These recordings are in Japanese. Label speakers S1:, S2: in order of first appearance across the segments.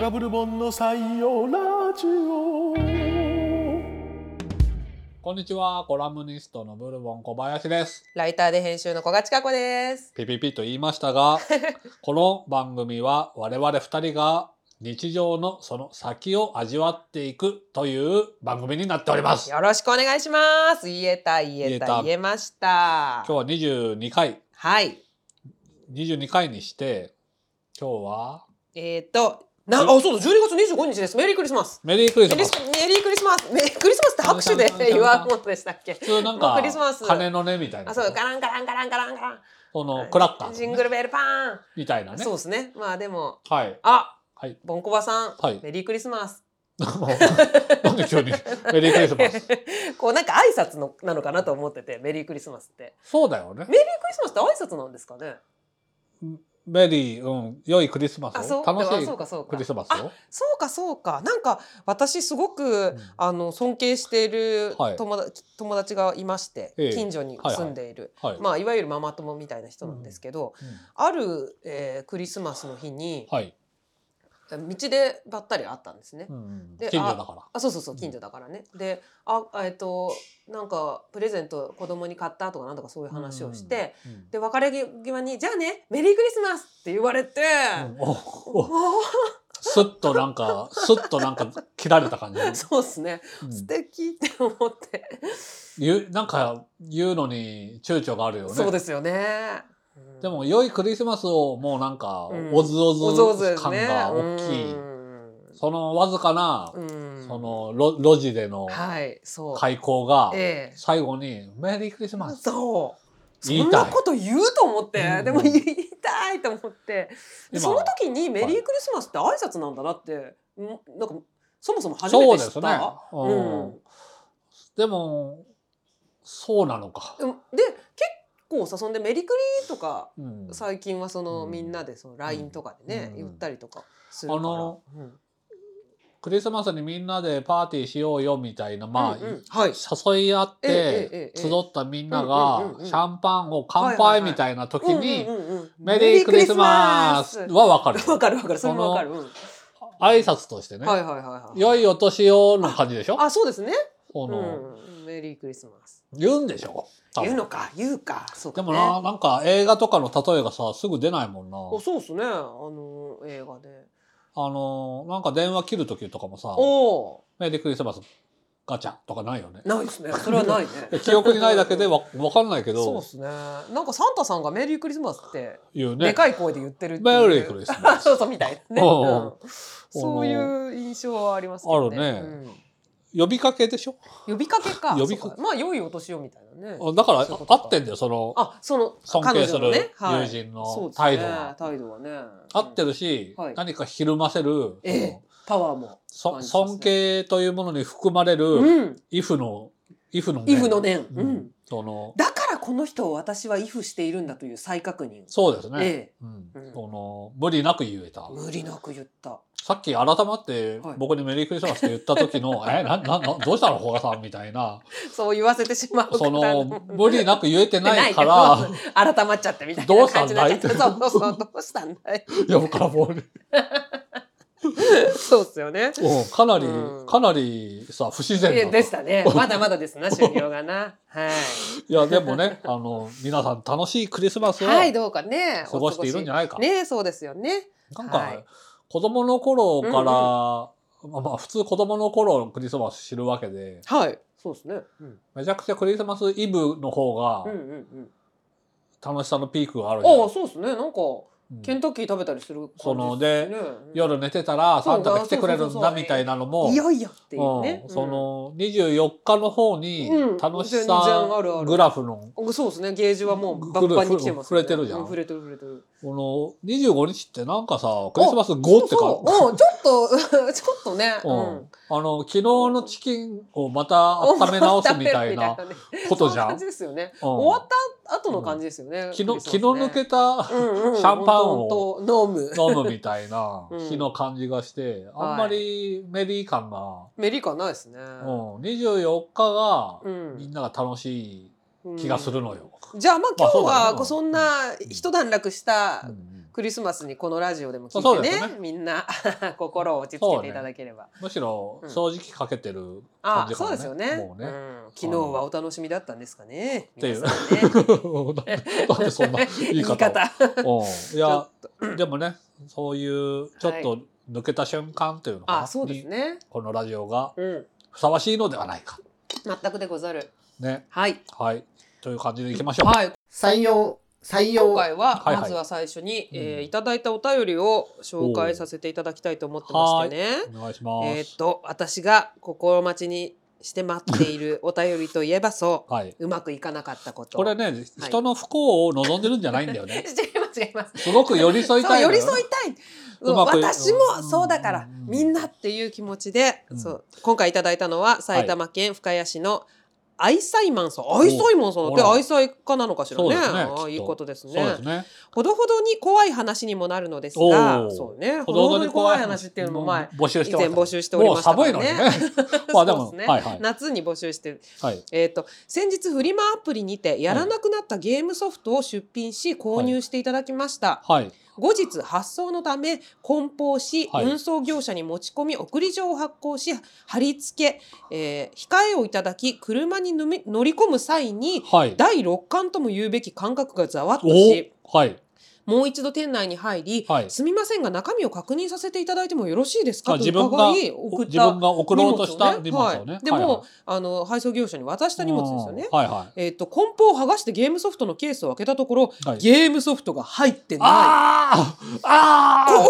S1: ラブルボンの採用ラジオ
S2: こんにちは、コラムニストのブルボン小林です。
S3: ライターで編集の小賀千佳子です。
S2: ピピピと言いました が、この番組は我々二人が日常のその先を味わっていくという番組になっております。
S3: よろしくお願いします。言えた言えた
S2: 言えた
S3: 言えました。
S2: 今日は22回、
S3: はい。
S2: 22回にして、今日は
S3: えっ、ー、と、なあそうだ。12月25日です。メリークリスマス。
S2: メリークリス
S3: メリ
S2: マ
S3: ー
S2: ス。
S3: クメリークリスマス。メリークリスマスって拍手
S2: 簡
S3: で
S2: 単簡単
S3: 言わんものでしたっけ？
S2: 普通なん
S3: もう
S2: か
S3: クリスマス
S2: 鐘の音みたいな。
S3: あそうガランガランガランガランガラ
S2: この
S3: ン。
S2: クラッカーとか
S3: ジ
S2: ね、
S3: ングルベルパーン。
S2: みたいなね
S3: そう。ですね。まあでも
S2: はい。
S3: あ
S2: はい。
S3: ボンコバさん、
S2: はい
S3: メリークリスマス。
S2: なんで急 にメリークリスマス。
S3: こうなんか挨拶のなのかなと思っててメリークリスマスって。
S2: そうだよね。
S3: メリークリスマスって挨拶なんですかね？
S2: メリー、うん、良いクリスマ
S3: あ
S2: ス
S3: そ
S2: を。
S3: う。
S2: 楽し
S3: あ
S2: い
S3: そうかそうか
S2: クリ。スマスを。
S3: そうかそうかなんか私すごく、
S2: ん
S3: あの尊敬している
S2: はい
S3: 友達,、友達がいまして、
S2: ええ
S3: 近所に住んでいる、
S2: はい。
S3: まあ、いわゆるママ友みたいな人なんですけど、
S2: うん
S3: ある、えークリスマスの日に
S2: はい。
S3: 道でばったり会ったんですね。
S2: うん
S3: で
S2: 近所だか
S3: あそうそうそう近所だからね。であえっ、となんかプレゼント子供に買ったとかなんとかそういう
S2: ら。
S3: 話をし
S2: うん
S3: て、。
S2: うん
S3: で別れ際に「じゃあねメリークリスマス!」って言われて、
S2: うんおお
S3: おー
S2: すっとなん か、すっとなんか切られた感じ。
S3: そうですね
S2: うん
S3: 素敵って思って。
S2: 言うなんか言うのに躊躇があるよね。
S3: そうですよね。うん
S2: で、も、良いクリスマスをもうなんか、
S3: うん
S2: おずお
S3: お上手
S2: ず
S3: です
S2: 感
S3: ね。
S2: が大きい。
S3: うん
S2: そのわずかな、
S3: うん
S2: その路路地での
S3: はい、そう。
S2: 開口が、
S3: ええ
S2: 最後に、メリークリスマス。
S3: そう。そ
S2: 言い
S3: ん
S2: たい
S3: なこと言うと思って、
S2: うん
S3: でも言いたいと思って、で
S2: 今
S3: その時にメリークリスマスって挨拶なんだなって、うんなんかそもそも初め
S2: そう
S3: て
S2: で
S3: 知
S2: す
S3: った。
S2: ね。うん
S3: うん
S2: でも、そうなのか。
S3: でもで結構さ、そんでメリクリとか
S2: うん
S3: 最近はその、
S2: うん
S3: みんなでその LINE とかでね、
S2: うん
S3: 言ったりとかするから。
S2: あの
S3: うん
S2: クリスマスにみんなでパーティーしようよみたいな、まあ、
S3: うんうんはい。
S2: 誘い合っ
S3: えええ
S2: て
S3: ええ
S2: 集
S3: え
S2: ったみんな
S3: うんうん
S2: が
S3: うんうん
S2: シャンパンを乾
S3: はいはい
S2: 杯
S3: はい
S2: みたいな時
S3: う
S2: に
S3: んうんうん
S2: 「メリークリスマス」
S3: メリークリ
S2: はわかる
S3: スマスわかるわかる、それもわかる。うん
S2: 挨拶としてね
S3: はいはいはいは
S2: 「
S3: い。
S2: 良いお年を」の感じでしょ
S3: あ、そうですね。
S2: そうの
S3: ん、メリークリスマス。
S2: 言うんでしょ多分
S3: 言うのか、言うか、そう
S2: で
S3: か、ね。
S2: もななんか映画とかの例えがさすぐ出ないもんな
S3: お、そうですね。あの映画で。
S2: あのーなんか電話切る時とかもさ
S3: おお
S2: 「メリークリスマスガチャ」とかないよね。
S3: ー、ないですね。それは ないね
S2: 記憶にないだけ でわわかんないけ
S3: そう
S2: ど
S3: ですね。なんかサンタさんがメリークリスマスって、
S2: 言う
S3: で
S2: ね
S3: かい声で言ってる
S2: 「
S3: って
S2: メ
S3: いう。
S2: リークリスマス
S3: そうそうみたいなね。
S2: おうおう
S3: うんそういう印象はありますけどね。
S2: あるね
S3: うん」
S2: 呼びかけでしょ
S3: 呼びかけか。
S2: 呼びか
S3: そうまあ良いお年をみたいなね。
S2: だから
S3: そういうこと
S2: 合
S3: か
S2: ってんだよその
S3: あ、その
S2: 尊敬す
S3: 彼女の
S2: る
S3: ねはい
S2: 友人
S3: そう
S2: の
S3: ですね
S2: 態度は
S3: 態度はね
S2: 合ってるし、
S3: はい
S2: 何かひるませる、
S3: ええパワーも
S2: そ
S3: 感
S2: の
S3: じ
S2: そ
S3: ますね
S2: 尊敬というものに含まれ
S3: う
S2: る
S3: ん
S2: イフのイフのね
S3: イフの念、
S2: う
S3: うんん
S2: その
S3: だからこの人を私はイフしているんだという再確認、
S2: そうですね、
S3: え
S2: うん
S3: うん
S2: その無理なく言えた
S3: え無理なく言った
S2: さっき改まって
S3: はい
S2: 僕に「メリークリスマス」って言った時の「えなななどうしたの古賀さん」みたいな
S3: そう言わせてしまう
S2: その無理なく言えて
S3: く
S2: ない から
S3: 改まっちゃってみたい
S2: どう
S3: な
S2: した
S3: 感
S2: ん
S3: じ
S2: だ
S3: に
S2: い
S3: なっちゃってそうそうそうどうしたん だい
S2: いや僕はもうね
S3: そうっすよね
S2: うんかなり、
S3: うん
S2: かなりさ不自然
S3: い
S2: な
S3: やでしたねまだま だですな修行がなはい
S2: やでもねあの皆さん楽しいクリスマス
S3: い
S2: を
S3: はいどうかね
S2: 過ごしているんじ
S3: ゃ
S2: ゃないか。
S3: ねそうですよね
S2: なんか、
S3: はい
S2: 子供の頃から、まあまあ普通子供の頃クリスマス知るわけで
S3: はいそうですね、うん、
S2: めちゃくちゃクリスマスイブの方が
S3: うんうんうん
S2: 楽しさのピークがあるじゃん
S3: ああそうですねなんか
S2: うん
S3: ケンタッキー食べたりする感じ
S2: その
S3: です
S2: で
S3: ね、
S2: 夜寝てたら
S3: そう
S2: サンタが来てくれる
S3: そ
S2: ん
S3: うそ
S2: だ
S3: うそう
S2: みたいなのも
S3: いよいよっていう
S2: う
S3: ね、うんん
S2: その24日の方に
S3: うん
S2: 楽し
S3: 全然あるあ
S2: さ
S3: る
S2: グラフの
S3: そうですねゲージはもうバッバンに来てます
S2: 触れ触
S3: よね、
S2: れてるじゃん
S3: う触れてる触れてる
S2: この25日ってなんかさクリスマス5って
S3: そう
S2: か
S3: うんちょっと ちょっとね、
S2: うん
S3: ん
S2: あの昨日のチキンをまた温め直すみたい な
S3: 温めるみたいなね
S2: ことじゃん
S3: そな感じですよね、
S2: うん
S3: 終わった後の感じですよね、
S2: 気
S3: ク
S2: の
S3: リスマス
S2: 気
S3: ね
S2: の抜けた
S3: うんう ん
S2: シャンパンを
S3: 本当飲む
S2: 飲むみたいな
S3: うん
S2: 日の感じがして、
S3: はい
S2: あんまりメリー感が、
S3: メリー感ないですね、
S2: うん、24日
S3: う
S2: が
S3: ん
S2: みんなが楽し
S3: う
S2: い
S3: ん
S2: 気がするのよ。
S3: じゃあまあ
S2: まあ
S3: 今日
S2: そうだね
S3: はこうそんな一段落した
S2: うん
S3: クリスマスにこのラジオでも聞
S2: そう
S3: いて
S2: です
S3: ね
S2: ね
S3: みんな 心を落ち着けていただければ、
S2: むしろ
S3: うん
S2: 正直かけてる 感
S3: あ
S2: じ
S3: あ
S2: か
S3: そう
S2: もね。
S3: ですよね
S2: もう
S3: う
S2: ね。
S3: ん、昨日はお楽しみだったんですかね
S2: っていう
S3: 皆さんね
S2: だってだって そんな言
S3: 言
S2: い
S3: い
S2: 方を。
S3: 方
S2: うんいやでもねそういうちょっと抜けた瞬間というのかな、
S3: あそうです
S2: に
S3: ね
S2: このラジオが
S3: うん
S2: ふさわしいのではないか。
S3: 全くでござる
S2: ね。
S3: はい
S2: はい。という感じでいきましょう。
S3: はい
S4: 採用採
S3: 今
S4: 用
S3: 回は
S2: はいはい
S3: まずは最初に、
S2: うん
S3: いえーいただいたお便りを紹介させていただきたいと思ってましてね。
S2: お願いします。
S3: えーっと私が心待ちにして待っているお便りといえばそう
S2: はい。
S3: うまくいかなかったこと。
S2: これね、人の不幸を望んでるんじゃないんだよね。
S3: 違います違います。
S2: すごく寄り添い
S3: そ
S2: た
S3: う
S2: いの
S3: 寄
S2: よ
S3: り添いたい。そう
S2: まく
S3: 私もそうだから、
S2: うん
S3: みんなっていう気持ちで、
S2: うん
S3: そう今回いただいたのは埼玉県深谷市の愛妻マンさん、愛妻マンさんっ
S2: ほ
S3: て
S2: ら
S3: 愛妻家なのかしら
S2: そう
S3: ね。
S2: ですね
S3: ああ
S2: きっと
S3: いいことですね。
S2: そうですね。
S3: ほどほどに怖い話にもなるのですが
S2: お、ー
S3: そうね、ほどほどに怖い話っていうのも前、
S2: 募集し
S3: 以
S2: てま
S3: 前
S2: す
S3: 募集しておりました
S2: もう
S3: か
S2: 寒い
S3: ら
S2: の
S3: ね。
S2: にね まあでも
S3: そうですね
S2: はいはい
S3: 夏に募集して、
S2: はい
S3: えっ、と先日フリマアプリにてやらなくなったゲームソフトを出品し購入していただきました。
S2: はい
S3: 後日発送のため梱包し、
S2: はい
S3: 運送業者に持ち込み送り状を発行し貼り付け、えー控えをいただき車に乗み乗り込む際に
S2: はい
S3: 第六感とも言うべき感覚がざわっとし。
S2: おはい
S3: もう一度店内に入り、
S2: はい
S3: すみませんが中身を確認させていただいてもよろしいです
S2: あ
S3: かと
S2: 自分が
S3: 伺い送っ
S2: 自
S3: た
S2: 分が送ろうとした荷
S3: 荷
S2: 物
S3: 物
S2: を
S3: を
S2: ね
S3: ねはいでも、あの配送業者に渡した荷物ですよね。
S2: はいは
S3: えっと梱包を剥がしてゲームソフトのケースを開けたところ、
S2: いはい
S3: ゲームソフトが入ってない。
S2: あーあー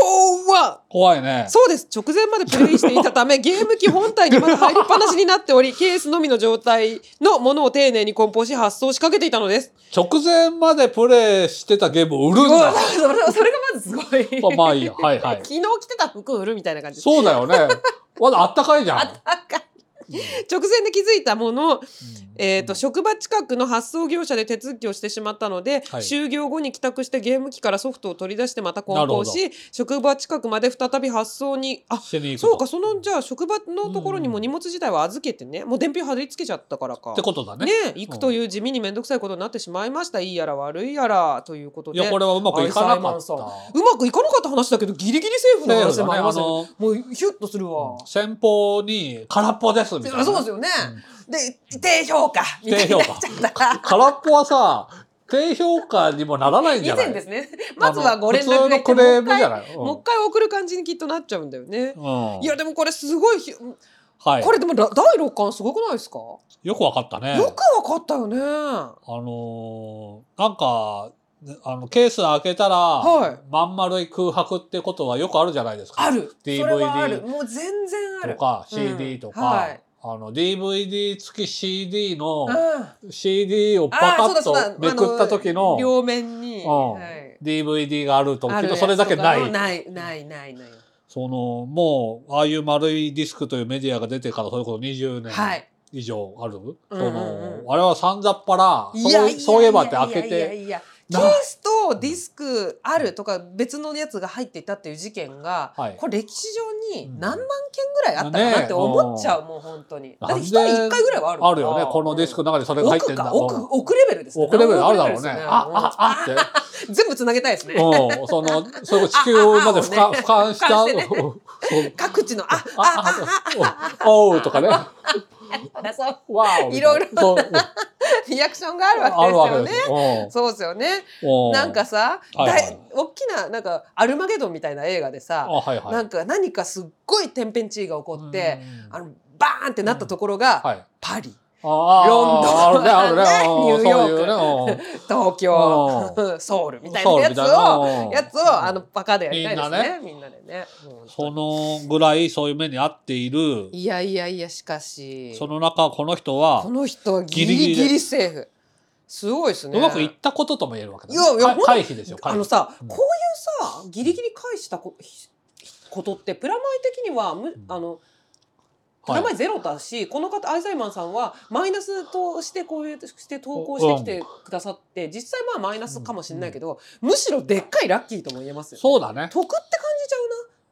S3: 怖っ
S2: 怖いね
S3: そうです直前までプレイしていたた めゲーム機本体にまだ入りっぱなしになっておりケースのみの状態のものを丁寧に梱包し発送しかけていた のです。
S2: 直前までプレイしてたゲームを売るん
S3: う
S2: だ
S3: わそれそれがまずすご い。
S2: まあまあいいやはいはい
S3: 昨日着てた服売るみたいな感じです
S2: そうだよねまだあったかいじゃん
S3: 直前で気づいたもの、えー、
S2: う
S3: と
S2: ん
S3: 職場近くの発送業者で手続きをしてしまったので、
S2: はい
S3: 就業後に帰宅してゲーム機からソフトを取り出してまた
S2: な
S3: 梱
S2: るほど
S3: 包し職場近くまで再び発送にあ
S2: しに行くと
S3: そうかそのじゃあ職場のところにも荷物自体は預けてねもう伝票貼り付けちゃったからか
S2: って。ことだね
S3: ね、行くという地味に面倒くさいことになってしまいましたいいやら悪いやらということ
S2: い
S3: で
S2: やこれはうまくいかなか
S3: アイ
S2: っ
S3: サ
S2: た
S3: イマンさんうまくいかなかった話だけどギリギリセーフな話
S2: セ
S3: で
S2: ーフ
S3: もあ
S2: だ
S3: り
S2: ね
S3: ます
S2: あ
S3: よ
S2: の
S3: ねもうヒュッとするわ、
S2: 先方に空っぽですみたいな
S3: そうですよね、で低評価みたいになっちゃったら
S2: 空っぽはさ低評価にもならないん
S3: 以
S2: じゃない
S3: 前ですねまずはご連
S2: あの
S3: 絡が
S2: 普通のクレームじゃないうん
S3: もう一回送る感じにきっとなっちゃうんだよね、
S2: うん
S3: いやでもこれすごいひ
S2: はい
S3: これでもら第六感すごくないですか、
S2: よくわかったね
S3: よくわかったよね
S2: あのーなんかねあのケース開けたら、
S3: はい
S2: まん丸い空白ってことはよくあるじゃないですか
S3: あるそ
S2: DVD
S3: れはあるもう全然あ
S2: と
S3: る
S2: か
S3: うん
S2: CD とか、
S3: はい
S2: あの DVD 付き CD の
S3: うん
S2: CD をパ
S3: あ
S2: カ
S3: ーそうだ
S2: ッ
S3: そうだ
S2: とめくった時
S3: あ
S2: の
S3: 両面に、
S2: うん
S3: はい、
S2: DVD があるとき
S3: ある
S2: と
S3: やつ
S2: それだけな
S3: とかも
S2: い
S3: ないないないない、
S2: そのもうああいう丸いディスクというメディアが出てからそれこそ20年
S3: はい
S2: 以上ある、
S3: うん
S2: そ
S3: うん
S2: の
S3: う
S2: あれはさんざっぱらそういそういえばって開け
S3: いやいや
S2: て
S3: いやケ
S2: な
S3: ースとディスクあるとか別のやつが入っていたっていう事件が、
S2: はい
S3: これ歴史上に
S2: うん
S3: 何万件ぐらいあったかなって思っちゃう、もう本当にだって一人
S2: なんで
S3: 一回ぐらいはある
S2: あるよねこのディスク
S3: の
S2: の中にそれが入って
S3: 奥
S2: んだ
S3: か
S2: うん
S3: 奥奥レベルですね
S2: 奥レベルあるだろう
S3: 奥レ
S2: ね
S3: ベルです
S2: あああって
S3: 全部つなげたいですね
S2: うんそのそこ地球まで俯
S3: ああ
S2: 瞰
S3: あをね
S2: 俯瞰した
S3: 俯瞰してね
S2: うんそう
S3: 各地のああ
S2: あ
S3: あ
S2: あおおうとかね
S3: あだそう
S2: わおみた
S3: いろいろ
S2: そう
S3: リアクションがある
S2: ある
S3: わ
S2: わ
S3: け
S2: け
S3: で
S2: です
S3: よね
S2: すよ
S3: そうですよね
S2: うんうん
S3: なんかさ、
S2: はいはい
S3: 大大きななんかアルマゲドンみたいな映画で
S2: あ
S3: さ、
S2: はいは
S3: ないんか何かすっごい天変地異が起こって、
S2: うん
S3: あのバーンってなったところが、
S2: はい
S3: パリ
S2: ああ
S3: ロンドン
S2: あるねあるね
S3: ね
S2: うん
S3: ニューヨ
S2: そ
S3: ーク
S2: ういうね
S3: 東京 ソウル
S2: うん
S3: みたいなやつを
S2: ソウルみたいなうん
S3: やつをあのバカでやりたいですねみんなでね。うん
S2: そのぐらいそういう目に遭っている
S3: いやいやいやしかし
S2: その中この人
S3: こ
S2: は
S3: の人はギリ
S2: ギリ
S3: ギ
S2: ギ
S3: リ
S2: リ
S3: セーフすごいですね。
S2: うまくいったこととも言えるわけだね
S3: いやいや
S2: か
S3: ほん
S2: 回避ですよ回
S3: あ
S2: 避
S3: のさ、
S2: うん
S3: こういうさギリギリ返したこひことってプラマイ的にはむ、あのプラマイゼロだし、この方アイザイマンさんはマイナスとしてこういうして投稿してきてくださって、実際まあマイナスかもしれないけど、むしろでっかいラッキーとも言えますよ、
S2: そうだね
S3: 得って感じちゃう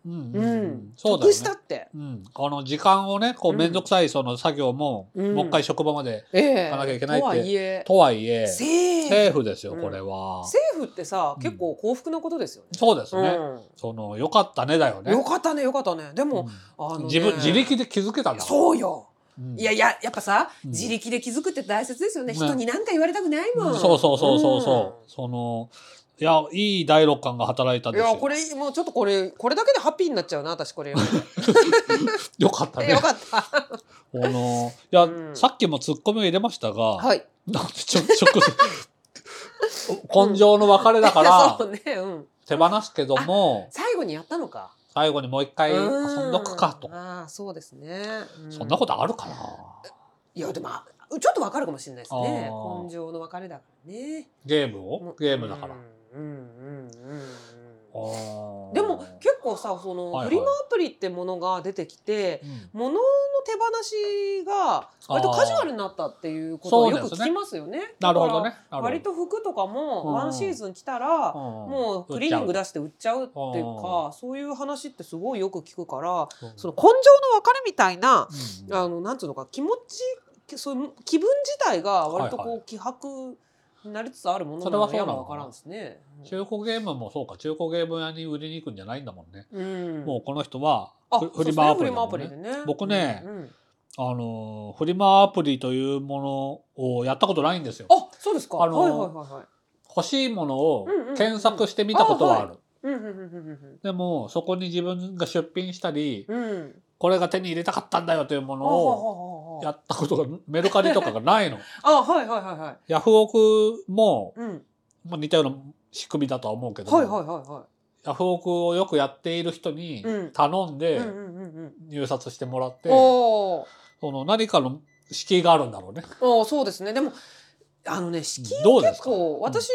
S2: うん
S3: うん、
S2: そうだよ
S3: 得
S2: ね
S3: したって。
S2: うん、あの時間をねこう
S3: うん
S2: 面倒くさいその作業も、
S3: うん
S2: もう一回職場まで
S3: ええ
S2: 行かなきゃいけないって
S3: とはいえ、
S2: とはいえセ
S3: 政府
S2: ーフですよ
S3: うん
S2: これは、
S3: 政府ってさ、
S2: うん
S3: 結構幸福なことですよね。
S2: そうですね、
S3: うん
S2: そのよかったねだよね
S3: よかったねよかったね。でも、
S2: うん
S3: あのね
S2: 自分自力で気づけたんだ
S3: そうよ。
S2: うん
S3: いやいややっぱさ、
S2: うん
S3: 自力で気づくって大切ですよね。
S2: ね
S3: 人に何か言われたくないもん。
S2: そうそうそうそうそううそのいやいい第六感が働いたん
S3: んい
S2: です
S3: や
S2: よ
S3: これもうちょっとこれこれだけでハッピーになっちゃうな 私これ。よ
S2: よかったね
S3: かった。
S2: このいや、
S3: うん
S2: さっきもツッコミを入れましたが、
S3: はい。
S2: なんでちょちょ根性の別れだか
S3: そう
S2: ら
S3: ね。うん。
S2: 手放すけども
S3: 最後にやったのか。
S2: 最後にもう一回遊
S3: うん
S2: どくかと
S3: ああそうですね。う
S2: そんなことあるかない
S3: やでもあちょっとわかるかもしれないですね
S2: あー
S3: 根性の別れだからね
S2: ゲームをゲームだから、
S3: うんうんうんうんうん
S2: あー
S3: でも結構さその、
S2: はいはい
S3: フリマアプリってものが出てきて
S2: うん
S3: 物の手放しが割とカジュアルになったっていうこと
S2: そ
S3: を
S2: うで
S3: よ
S2: すね
S3: く聞きますよね。
S2: なるほどね
S3: だ
S2: なる
S3: から
S2: ほど
S3: 割と服とか
S2: うんうん
S3: もワンシーズン着たら、もうクリーニング出して売っちゃうっていうか、そういう話ってすごいよく聞くから
S2: うん
S3: その根性の別れみたいな
S2: うん
S3: あのなんつうのか気持ちその気分自体が割とこう、
S2: はいは
S3: 希薄になりつつあるもの
S2: そ
S3: な
S2: れ
S3: の
S2: は
S3: か
S2: そうなの
S3: や
S2: かな
S3: らわからんですね。
S2: 中古ゲームもそうか中古ゲーム屋に売りに行くんじゃないんだもんね、
S3: うん、
S2: もうこの人は
S3: あ
S2: フ
S3: そう
S2: フ
S3: で
S2: リ
S3: すね
S2: マア
S3: フ
S2: プ
S3: リ
S2: リ,、
S3: マアプリ
S2: ね
S3: でね。
S2: 僕ね
S3: うんうん
S2: あのーフリマアプリというものをやったことないんですよ
S3: あそうですか。
S2: あの
S3: はいはいはいはい。
S2: 欲しいものを
S3: うんうんうん
S2: 検索してみたことはある、
S3: あはうんうんうんうん
S2: でもそこに自分が出品したり
S3: うんうん。
S2: これが手に入れたかったんだよというもの
S3: あは
S2: を
S3: はは
S2: や
S3: は。
S2: ったことがメルカリとかがないの
S3: あはいはいはいはい。
S2: ヤフオクも、
S3: うん
S2: まあ、似たような仕組みだとは思うけども、
S3: はいはいはいは
S2: ヤフオクをよくやっている人に
S3: うん
S2: 頼ん
S3: い。
S2: で
S3: うんうんうんうん。
S2: 入札してもらって、
S3: おー
S2: その何かの敷居があるんだろうね。
S3: おーそうですね。でもあのね敷居
S2: どうです
S3: 結
S2: か
S3: 構私や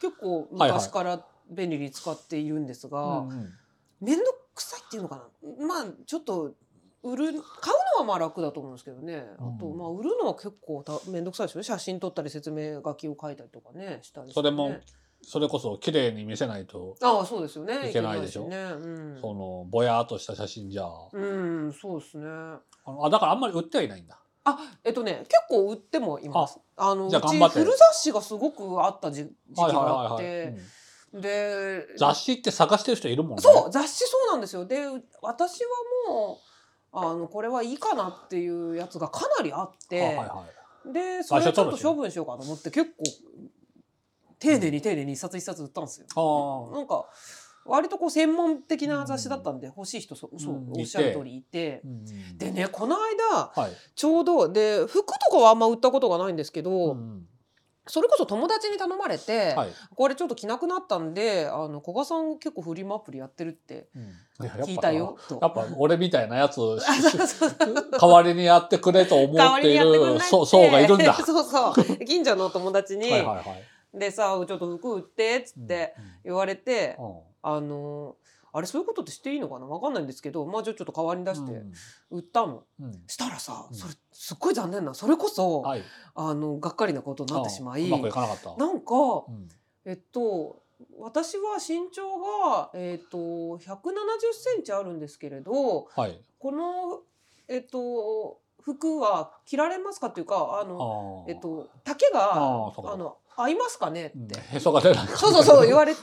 S3: 結構
S2: はいはい
S3: 昔から便利に使っているんですが。
S2: うんうん
S3: 面倒くさいっていうのかなまあちょっと売る買うのはまあ楽だと思うんですけどねあと、
S2: うん
S3: まあ売るのは結構た面倒くさいですよね写真撮ったり説明書きを書いたりとかねしたりして
S2: そ
S3: ね
S2: れもそれこそ綺麗に見せないと、
S3: ああそうですよね
S2: いけないでしょ
S3: ねうん
S2: そのぼやーっとした写真じゃあ
S3: うんそうですね
S2: あのあだからあんまり売ってはいないんだ。
S3: あえっとね結構売ってもいますあのう
S2: じゃあ
S3: ち
S2: 頑張って
S3: 古雑誌がすごくあった時時期が
S2: はい
S3: あっ
S2: はいはいはい。う
S3: て
S2: ん
S3: で
S2: 雑誌って探してる人いるもんね。
S3: そう雑誌そうなんですよでう私はもうあのこれはいいかなっていうやつがかなりあって、
S2: はいはいはい。
S3: でそれをちょっと処分しようかと思って結構丁寧に丁寧に一冊一冊売ったんですよ。
S2: あ
S3: なんか割とこう専門的な雑誌だったんで欲しい人そそううんおっしゃる通りいて
S2: ー。うん
S3: でねこの間
S2: はい。
S3: ちょうどで服とかはあんま売ったことがないんですけど、
S2: うん
S3: それこそ友達に頼まれて、
S2: はい。
S3: これちょっと着なくなったんであの古賀さん結構フリマアプリやってるって
S2: うんややっぱ
S3: 聞いたよと。
S2: やっぱ俺みたいなやつ
S3: そうそう
S2: 代わりにやってくれと思
S3: 代わ
S2: っ
S3: り
S2: て
S3: に
S2: い
S3: やってくんないっ
S2: る
S3: て
S2: そう層がいるんだ。は
S3: そうそう近所のお友達に
S2: いはいはい。
S3: でさちょっと服売ってっつって言われて、
S2: うん、うん
S3: あのあれそういうことってしていいのかなわかんないんですけどまあじゃあちょっと代わりに出して売ったの、
S2: うんうん
S3: したらさ
S2: うん
S3: それすっごい残念なそれこそ、
S2: はい、
S3: あのがっかりなことになってしま
S2: あ
S3: い
S2: あうまくいかなかった。
S3: なんか
S2: うん
S3: えっと私は身長が、えっと170センチあるんですけれど
S2: はい。
S3: この、えっと、服は着られますかっていうかあの
S2: あ
S3: えっと、丈が
S2: あ
S3: あ
S2: ーそうか
S3: の合いますかねって、
S2: うんへそが出ない。
S3: そうそう そう言われて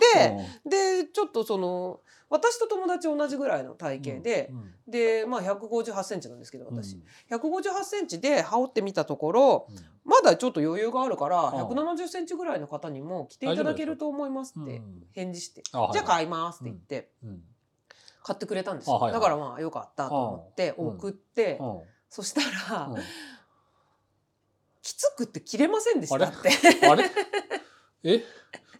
S2: うん
S3: でちょっとその私と友達同じぐらいの体型で、
S2: うん
S3: で、まあ、1 5 8センチなんですけど
S2: うん
S3: 私、1 5 8センチで羽織ってみたところ
S2: うん
S3: まだちょっと余裕があるから
S2: あ
S3: 1 7 0センチぐらいの方にも着ていただけると思いますっ
S2: う
S3: て
S2: ん
S3: 返事して、
S2: あはい
S3: じゃあ買いますって言って。
S2: うん
S3: 買ってくれたんですよ、
S2: あはいはい
S3: だからまあよかったと思って
S2: うん
S3: 送って、
S2: うん
S3: そしたら、
S2: うん
S3: きつくって切れませんでした
S2: あれ
S3: って
S2: あれえ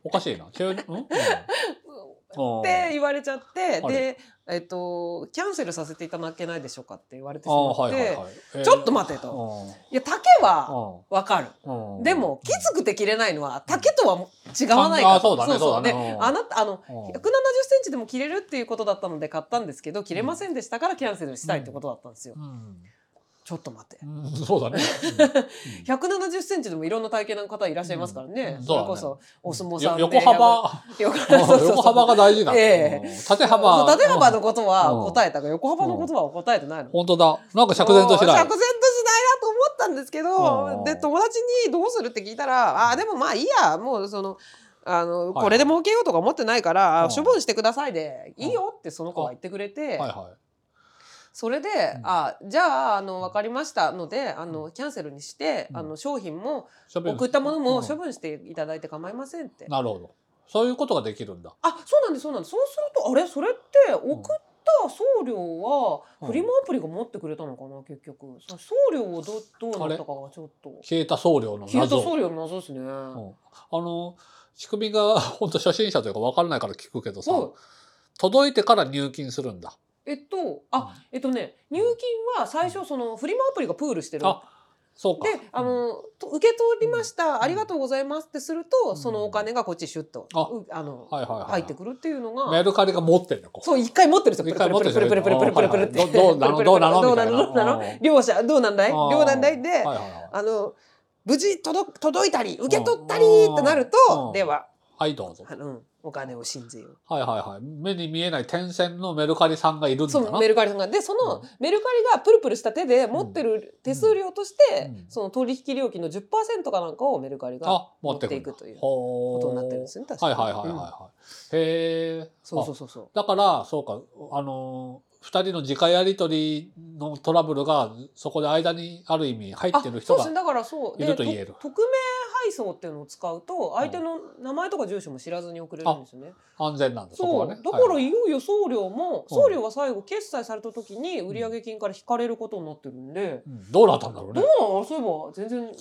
S2: おかしいな。急に、うんうん、っ
S3: って言われちゃって、
S2: はい
S3: で、えっと、キャンセルさせていただけないでしょうかって言われてし
S2: あ
S3: まって、
S2: はいはいいはいえー。
S3: ちょっと待てと
S2: と。
S3: や丈はわかる、
S2: うん
S3: でもきつくて切れないのは丈とは違わない
S2: うん
S3: から、
S2: あそうだねそうだね
S3: で
S2: うん
S3: あなたあの
S2: うん
S3: 1 7 0センチでも切れるっていうことだったので買ったんですけど切れませんでしたからキャンセルしたいってことだったんですよ、
S2: うん
S3: ちょっと待って
S2: うんそうだね。
S3: 170センチでもいろんな体型の方いらっしゃいますからね、
S2: うん
S3: それ
S2: そう
S3: こそお相撲
S2: よ
S3: さんで
S2: 横幅、
S3: 横幅そうそうそう
S2: 横幅が大事だ。
S3: え
S2: うん縦幅。
S3: そう縦幅の
S2: うん。
S3: ことは答えたが横幅のことは答えてないの。
S2: 本当だ。なんか釈然とし
S3: もう
S2: ない
S3: 釈然としないな。と思ったんですけ
S2: う
S3: ど
S2: ん
S3: で友達にどうするって聞いたらあでもまあいいやもうそのあの
S2: はい
S3: これで儲けようとか思ってないから、
S2: うん
S3: 処分してくださいでいいよってその子が言ってくれて、
S2: はいはい。
S3: それで、
S2: ん
S3: あじゃああの分かりましたのであのキャンセルにして、
S2: うん
S3: あの商品も
S2: 処分
S3: 送ったものも処
S2: うん
S3: 分していただいて構いませんって。
S2: なるほど。そういうことができるんだ。
S3: あそうなんですそうなんですそうするとあれそれって送った送料は
S2: うん
S3: フリマアプリが持ってくれたのかな結局その送料をどどうなったかがちょっと
S2: 消えた送料の
S3: 消えた
S2: 謎。
S3: 送料の謎ですね、
S2: うんあの仕組みが本当初心者というか分からないから聞くけどさ、
S3: はい
S2: 届いてから入金するんだ。
S3: えっとあえっとね入金は最初そのフリマアプリがプールしてる
S2: あそうか。
S3: であのと受け取りました、ありがとうございますってすると、
S2: うん
S3: そのお金がこっちシュッと
S2: あ
S3: うあの、
S2: はいはいはい
S3: 入ってくるっていうのが
S2: メルカリが持ってんだよこう。
S3: そう一回持ってるんですよ。
S2: 一回持ってる
S3: プルプルプルプルプルプルプルプル
S2: どうなのどうなの
S3: どうなの
S2: みたいな
S3: どうなの
S2: うん
S3: 両者どうなんだい両なんだいで、
S2: はいはいはい
S3: あの無事届く届いたり受け取ったり
S2: うん
S3: となる
S2: うん
S3: と、では
S2: はいどうぞ。
S3: あのお金を信じよう。
S2: はいはいはい。目に見えない点線のメルカリさんがいるんだ
S3: そ
S2: な。
S3: のメルカリさんがでそのメルカリがプルプルした手で持ってる手数料として、
S2: うん
S3: その取引料金の10%かなんかをメルカリが
S2: あ持ってくるんだ
S3: 持っていくという
S2: ほ
S3: こ
S2: ー
S3: とになってるんですよね。確か
S2: はい
S3: に
S2: はいはいはい
S3: うん
S2: はい。へえ。
S3: そうそうそうそう。
S2: だからそうかあのー二人の自家やり取りのトラブルがそこで間にある意味入
S3: あ
S2: ってる人
S3: そう
S2: が
S3: ですねだからそう
S2: いると言える
S3: で匿名配送っていうのを使うと相手の名前とか住所も知らずに送れるんですよね。
S2: 安全なんだそこ
S3: そ
S2: は
S3: う
S2: ね。
S3: だか
S2: は
S3: ら
S2: い
S3: いよいよ送料も、
S2: うん
S3: 送料は最後決済された時に売上金から引かれることになってるんで、
S2: うんどうなったんだろう
S3: ど
S2: ね
S3: う。なのそういえば全然なんか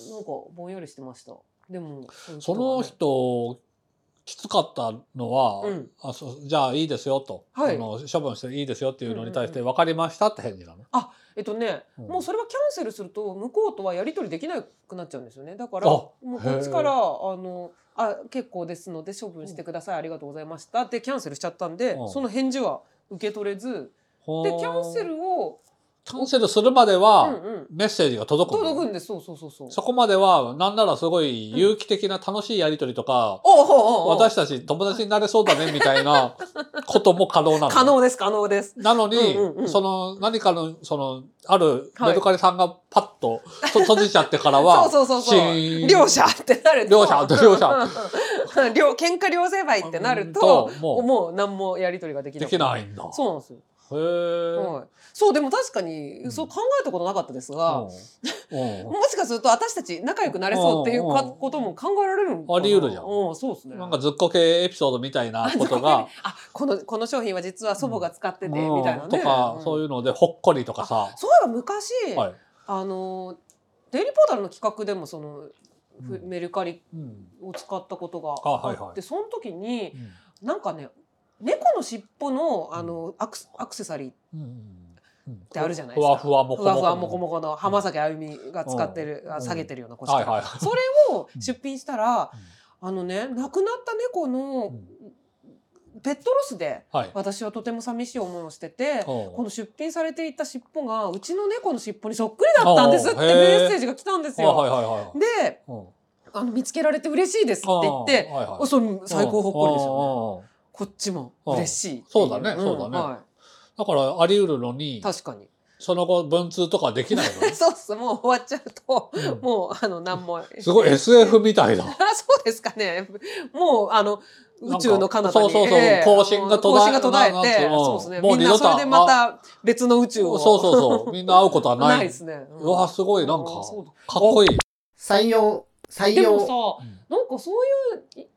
S3: ぼんやりしてました。でも
S2: その人きつかったのは、
S3: うん
S2: あそうじゃあいいですよと、
S3: はい
S2: あの処分していいですよっていうのに対して
S3: う
S2: 分かりましたって返事なの。
S3: えっとね、
S2: うん
S3: もうそれはキャンセルすると向こうとはやり取りできなくなっちゃうんですよねだから
S2: あ
S3: もうこっちから
S2: へ
S3: あのあ結構ですので処分してください、ありがとうございましたってキャンセルしちゃったんで、
S2: うん
S3: その返事は受け取れず
S2: ほ
S3: で
S2: ー
S3: キャンセルを、
S2: キャンセルするまで
S3: う
S2: は、
S3: んうん、
S2: メッセージが届くの
S3: 届くんですそうそうそうそう。
S2: そこまではなんならすごい有機的な楽しいやり取りとか、
S3: おうおうおうおう
S2: 私たち友達になれそうだねみたい なことも可能なの。
S3: 可能です可能です。
S2: なのに、
S3: うんうんうん
S2: その何かのそのある
S3: はい
S2: メルカリさんがパッとと閉じちゃってからは、
S3: そうそうそう
S2: シ
S3: そ
S2: ー
S3: う。
S2: ン
S3: 両者ってなると。
S2: 両者と両者
S3: 両喧嘩両成敗ってなると
S2: う、ん
S3: もう
S2: も
S3: 何もやり取りができ
S2: う
S3: な
S2: で
S3: い。
S2: きないんだ。へ
S3: そうなんですよ。
S2: え。
S3: はい。そうでも確かに、
S2: うん
S3: そう考えたことなかったですが、
S2: うんう
S3: もしかすると私たち仲良くなれそうっていうか
S2: うん
S3: ことも考えられるのかな
S2: あり得るじゃん
S3: うん、そうですね。
S2: んなんかずっこけエピソードみたいなことが、
S3: あこのこの商品は実は祖母が使ってて、
S2: うん
S3: みたいなね。
S2: とか、
S3: ん
S2: そういうのでほっこりとかさ、
S3: そういえば昔、
S2: はい、
S3: あのデイリーポータルの企画でもその、ふ
S2: うん
S3: メルカリ
S2: うん
S3: を使ったことが
S2: あ
S3: あ
S2: はい
S3: って、
S2: はい
S3: その時に
S2: うん
S3: なんかね猫の尻尾のあのアクスアクセサリー
S2: うんうん、って
S3: あるじゃないですか
S2: ふわふわもこもこ
S3: ふわふわもこもこの浜崎あゆみが使ってる、
S2: うん
S3: あ下げてるような腰、
S2: はいはいはい。
S3: それを出品したら、あのね亡くなった猫
S2: う
S3: の
S2: ん
S3: ペットロスで
S2: はい。
S3: 私はとても寂しい思いをしてて。こ
S2: こ
S3: の出品されていた尻尾がうちの猫の尻尾にそっくりだったんですってメッセージが来たんですよ。
S2: はいはいはいはい。
S3: で
S2: うん
S3: あの見つけられて嬉しいですって言って、
S2: あーはいはい
S3: おそれ最高ほっこりですよね。
S2: よね。
S3: こっちも嬉しいってい。
S2: そうだねそうだね
S3: は
S2: だからあり得るの
S3: い
S2: に、
S3: 確かに。
S2: その後文通とかできないのね
S3: そうっす。もう終わっちゃうと、
S2: うん
S3: もうあの何も。
S2: すごい SF みたいだ。
S3: あ、 そうですかね。もうあの宇宙の彼方に
S2: そうそうそう
S3: ええ
S2: 更新が途絶え
S3: 更新が途絶
S2: ななん
S3: え
S2: て
S3: て、
S2: うん
S3: そうですね。
S2: もう
S3: みん
S2: 二
S3: な
S2: 度と
S3: それでまた別の宇宙
S2: そ
S3: を。
S2: うそうそう。みんな会うことは
S3: うない
S2: ない。
S3: ですね。うん
S2: うわ、すごい、なんか、
S3: うんそうだ
S2: かっこいい。
S4: 採用、採
S3: でも
S4: 用。
S3: さ、なんかそう
S2: う
S3: いう
S2: ん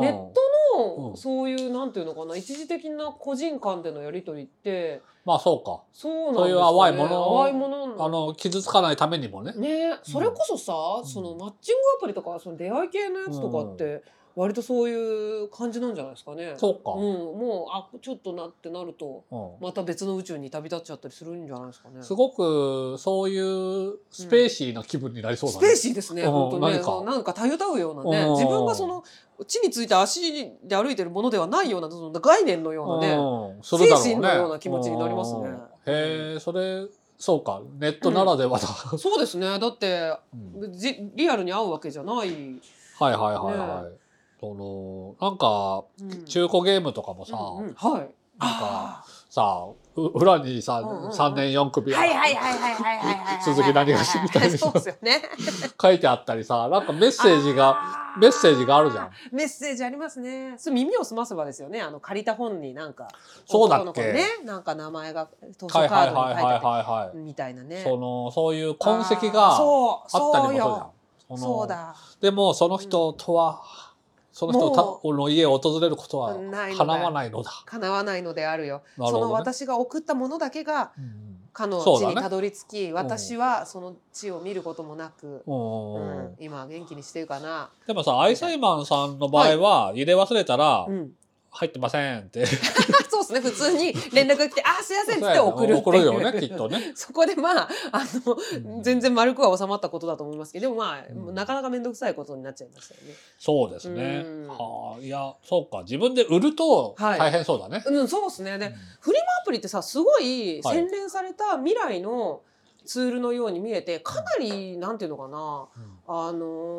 S3: ネットの、
S2: うん
S3: そういうなんていうのかな一時的な個人間でのやりとりって
S2: まあそうか。
S3: そうなんですか
S2: そ
S3: ね。
S2: ういう淡いもの
S3: 淡いものなんだ
S2: あの、傷つかないためにもね。
S3: ねそれこそさ、
S2: うん
S3: そのマッチングアプリとかその出会い系のやつとかって割とそういう感じなんじゃないですかね。
S2: そうか。
S3: うん、もうあちょっとなってなると
S2: うん
S3: また別の宇宙に旅立っちゃったりするんじゃないですかね。
S2: すごく、そういうスペーシーな気分になりそうだ
S3: ス
S2: ね。
S3: ペーシーですね、
S2: うん
S3: 本当ね
S2: 何か
S3: そうなんかたゆたうようなね、
S2: うん
S3: 自分がその地について足で歩いてるものではないようなその概念のようなね、
S2: うんするだろうね
S3: 精神のような気持ちになりますね
S2: うんへえ、それ、そうかネットならではだ、
S3: そうですねだって
S2: うん
S3: じリアルに会うわけじゃない、うん
S2: はいはいはいはい、そのなんか中古ゲームとかもさ、
S3: うんうんはい
S2: なんかさう裏にさ、
S3: うんうんうん
S2: 3年4組
S5: はいはいはいはいはいはいはいはい。
S2: 鈴木何がしみたいに
S3: そうですよね。
S2: 書いてあったりさなんかメッセージが
S5: あー
S2: メッセージがあるじゃん。
S5: メッセージありますね。
S3: そう耳を澄ませばですよね。あの借りた本になんか
S2: そうだっけ
S3: 男の子のね、なんか名前が図書カ
S2: はいはい
S3: ー
S2: は
S3: ド
S2: い
S3: に
S2: は
S3: 書
S2: い
S3: いてあ
S2: はいは
S3: るみたいなね。
S2: い。そのそういう痕跡が
S3: あー
S2: あ
S3: そう
S2: ったりも
S3: そう
S2: するじゃん
S3: よ。。
S2: その
S3: そうだ。
S2: でもその人とは、その人
S3: も
S2: をたの家を訪れることは
S3: ないのだ
S2: 叶わないのだ。
S3: 叶わないのであるよ。
S2: なるほ
S3: その
S2: ど、ね。
S3: 私が送ったものだけが
S2: うん
S3: 彼の
S2: そう
S3: 地
S2: だね
S3: にたどり着き、私はその地を見ることもなく、
S2: うん
S3: う
S2: うん
S3: ん、今元気にしてるかな。
S2: でもさアイサイマンさんの場合は、入れ忘れたら
S3: うん、
S2: 入ってませんって
S3: そうですね。普通に連絡が来て、あ、すいませんっつって送るってい う。
S2: 送るよねきっとね。
S3: そこでまあ、あの、
S2: うん
S3: 全然丸くは収まったことだと思いますけどでもまあ、
S2: うん
S3: なかなか面倒くさいことになっちゃいましたよね。
S2: そうですね
S3: うん。
S2: はあ、いや、そうか、自分で売ると
S3: はい
S2: 大変そうだね。
S3: うん、そうですね。で、
S2: うん
S3: フリマアプリってさすごい
S2: はい
S3: 洗練された未来のツールのように見えてかなり、なんていうのかなあの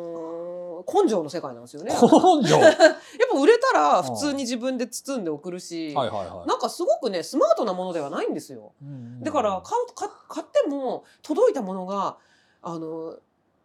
S3: ー根性の世界なんですよ ね。やっぱ
S2: 根性。はい
S3: 売れたら普通に自分で包んで送るし、
S2: はいは
S3: なんかすごくねスマートなものではないんですよ。
S2: い。
S3: だから買うか買っても届いたものがあの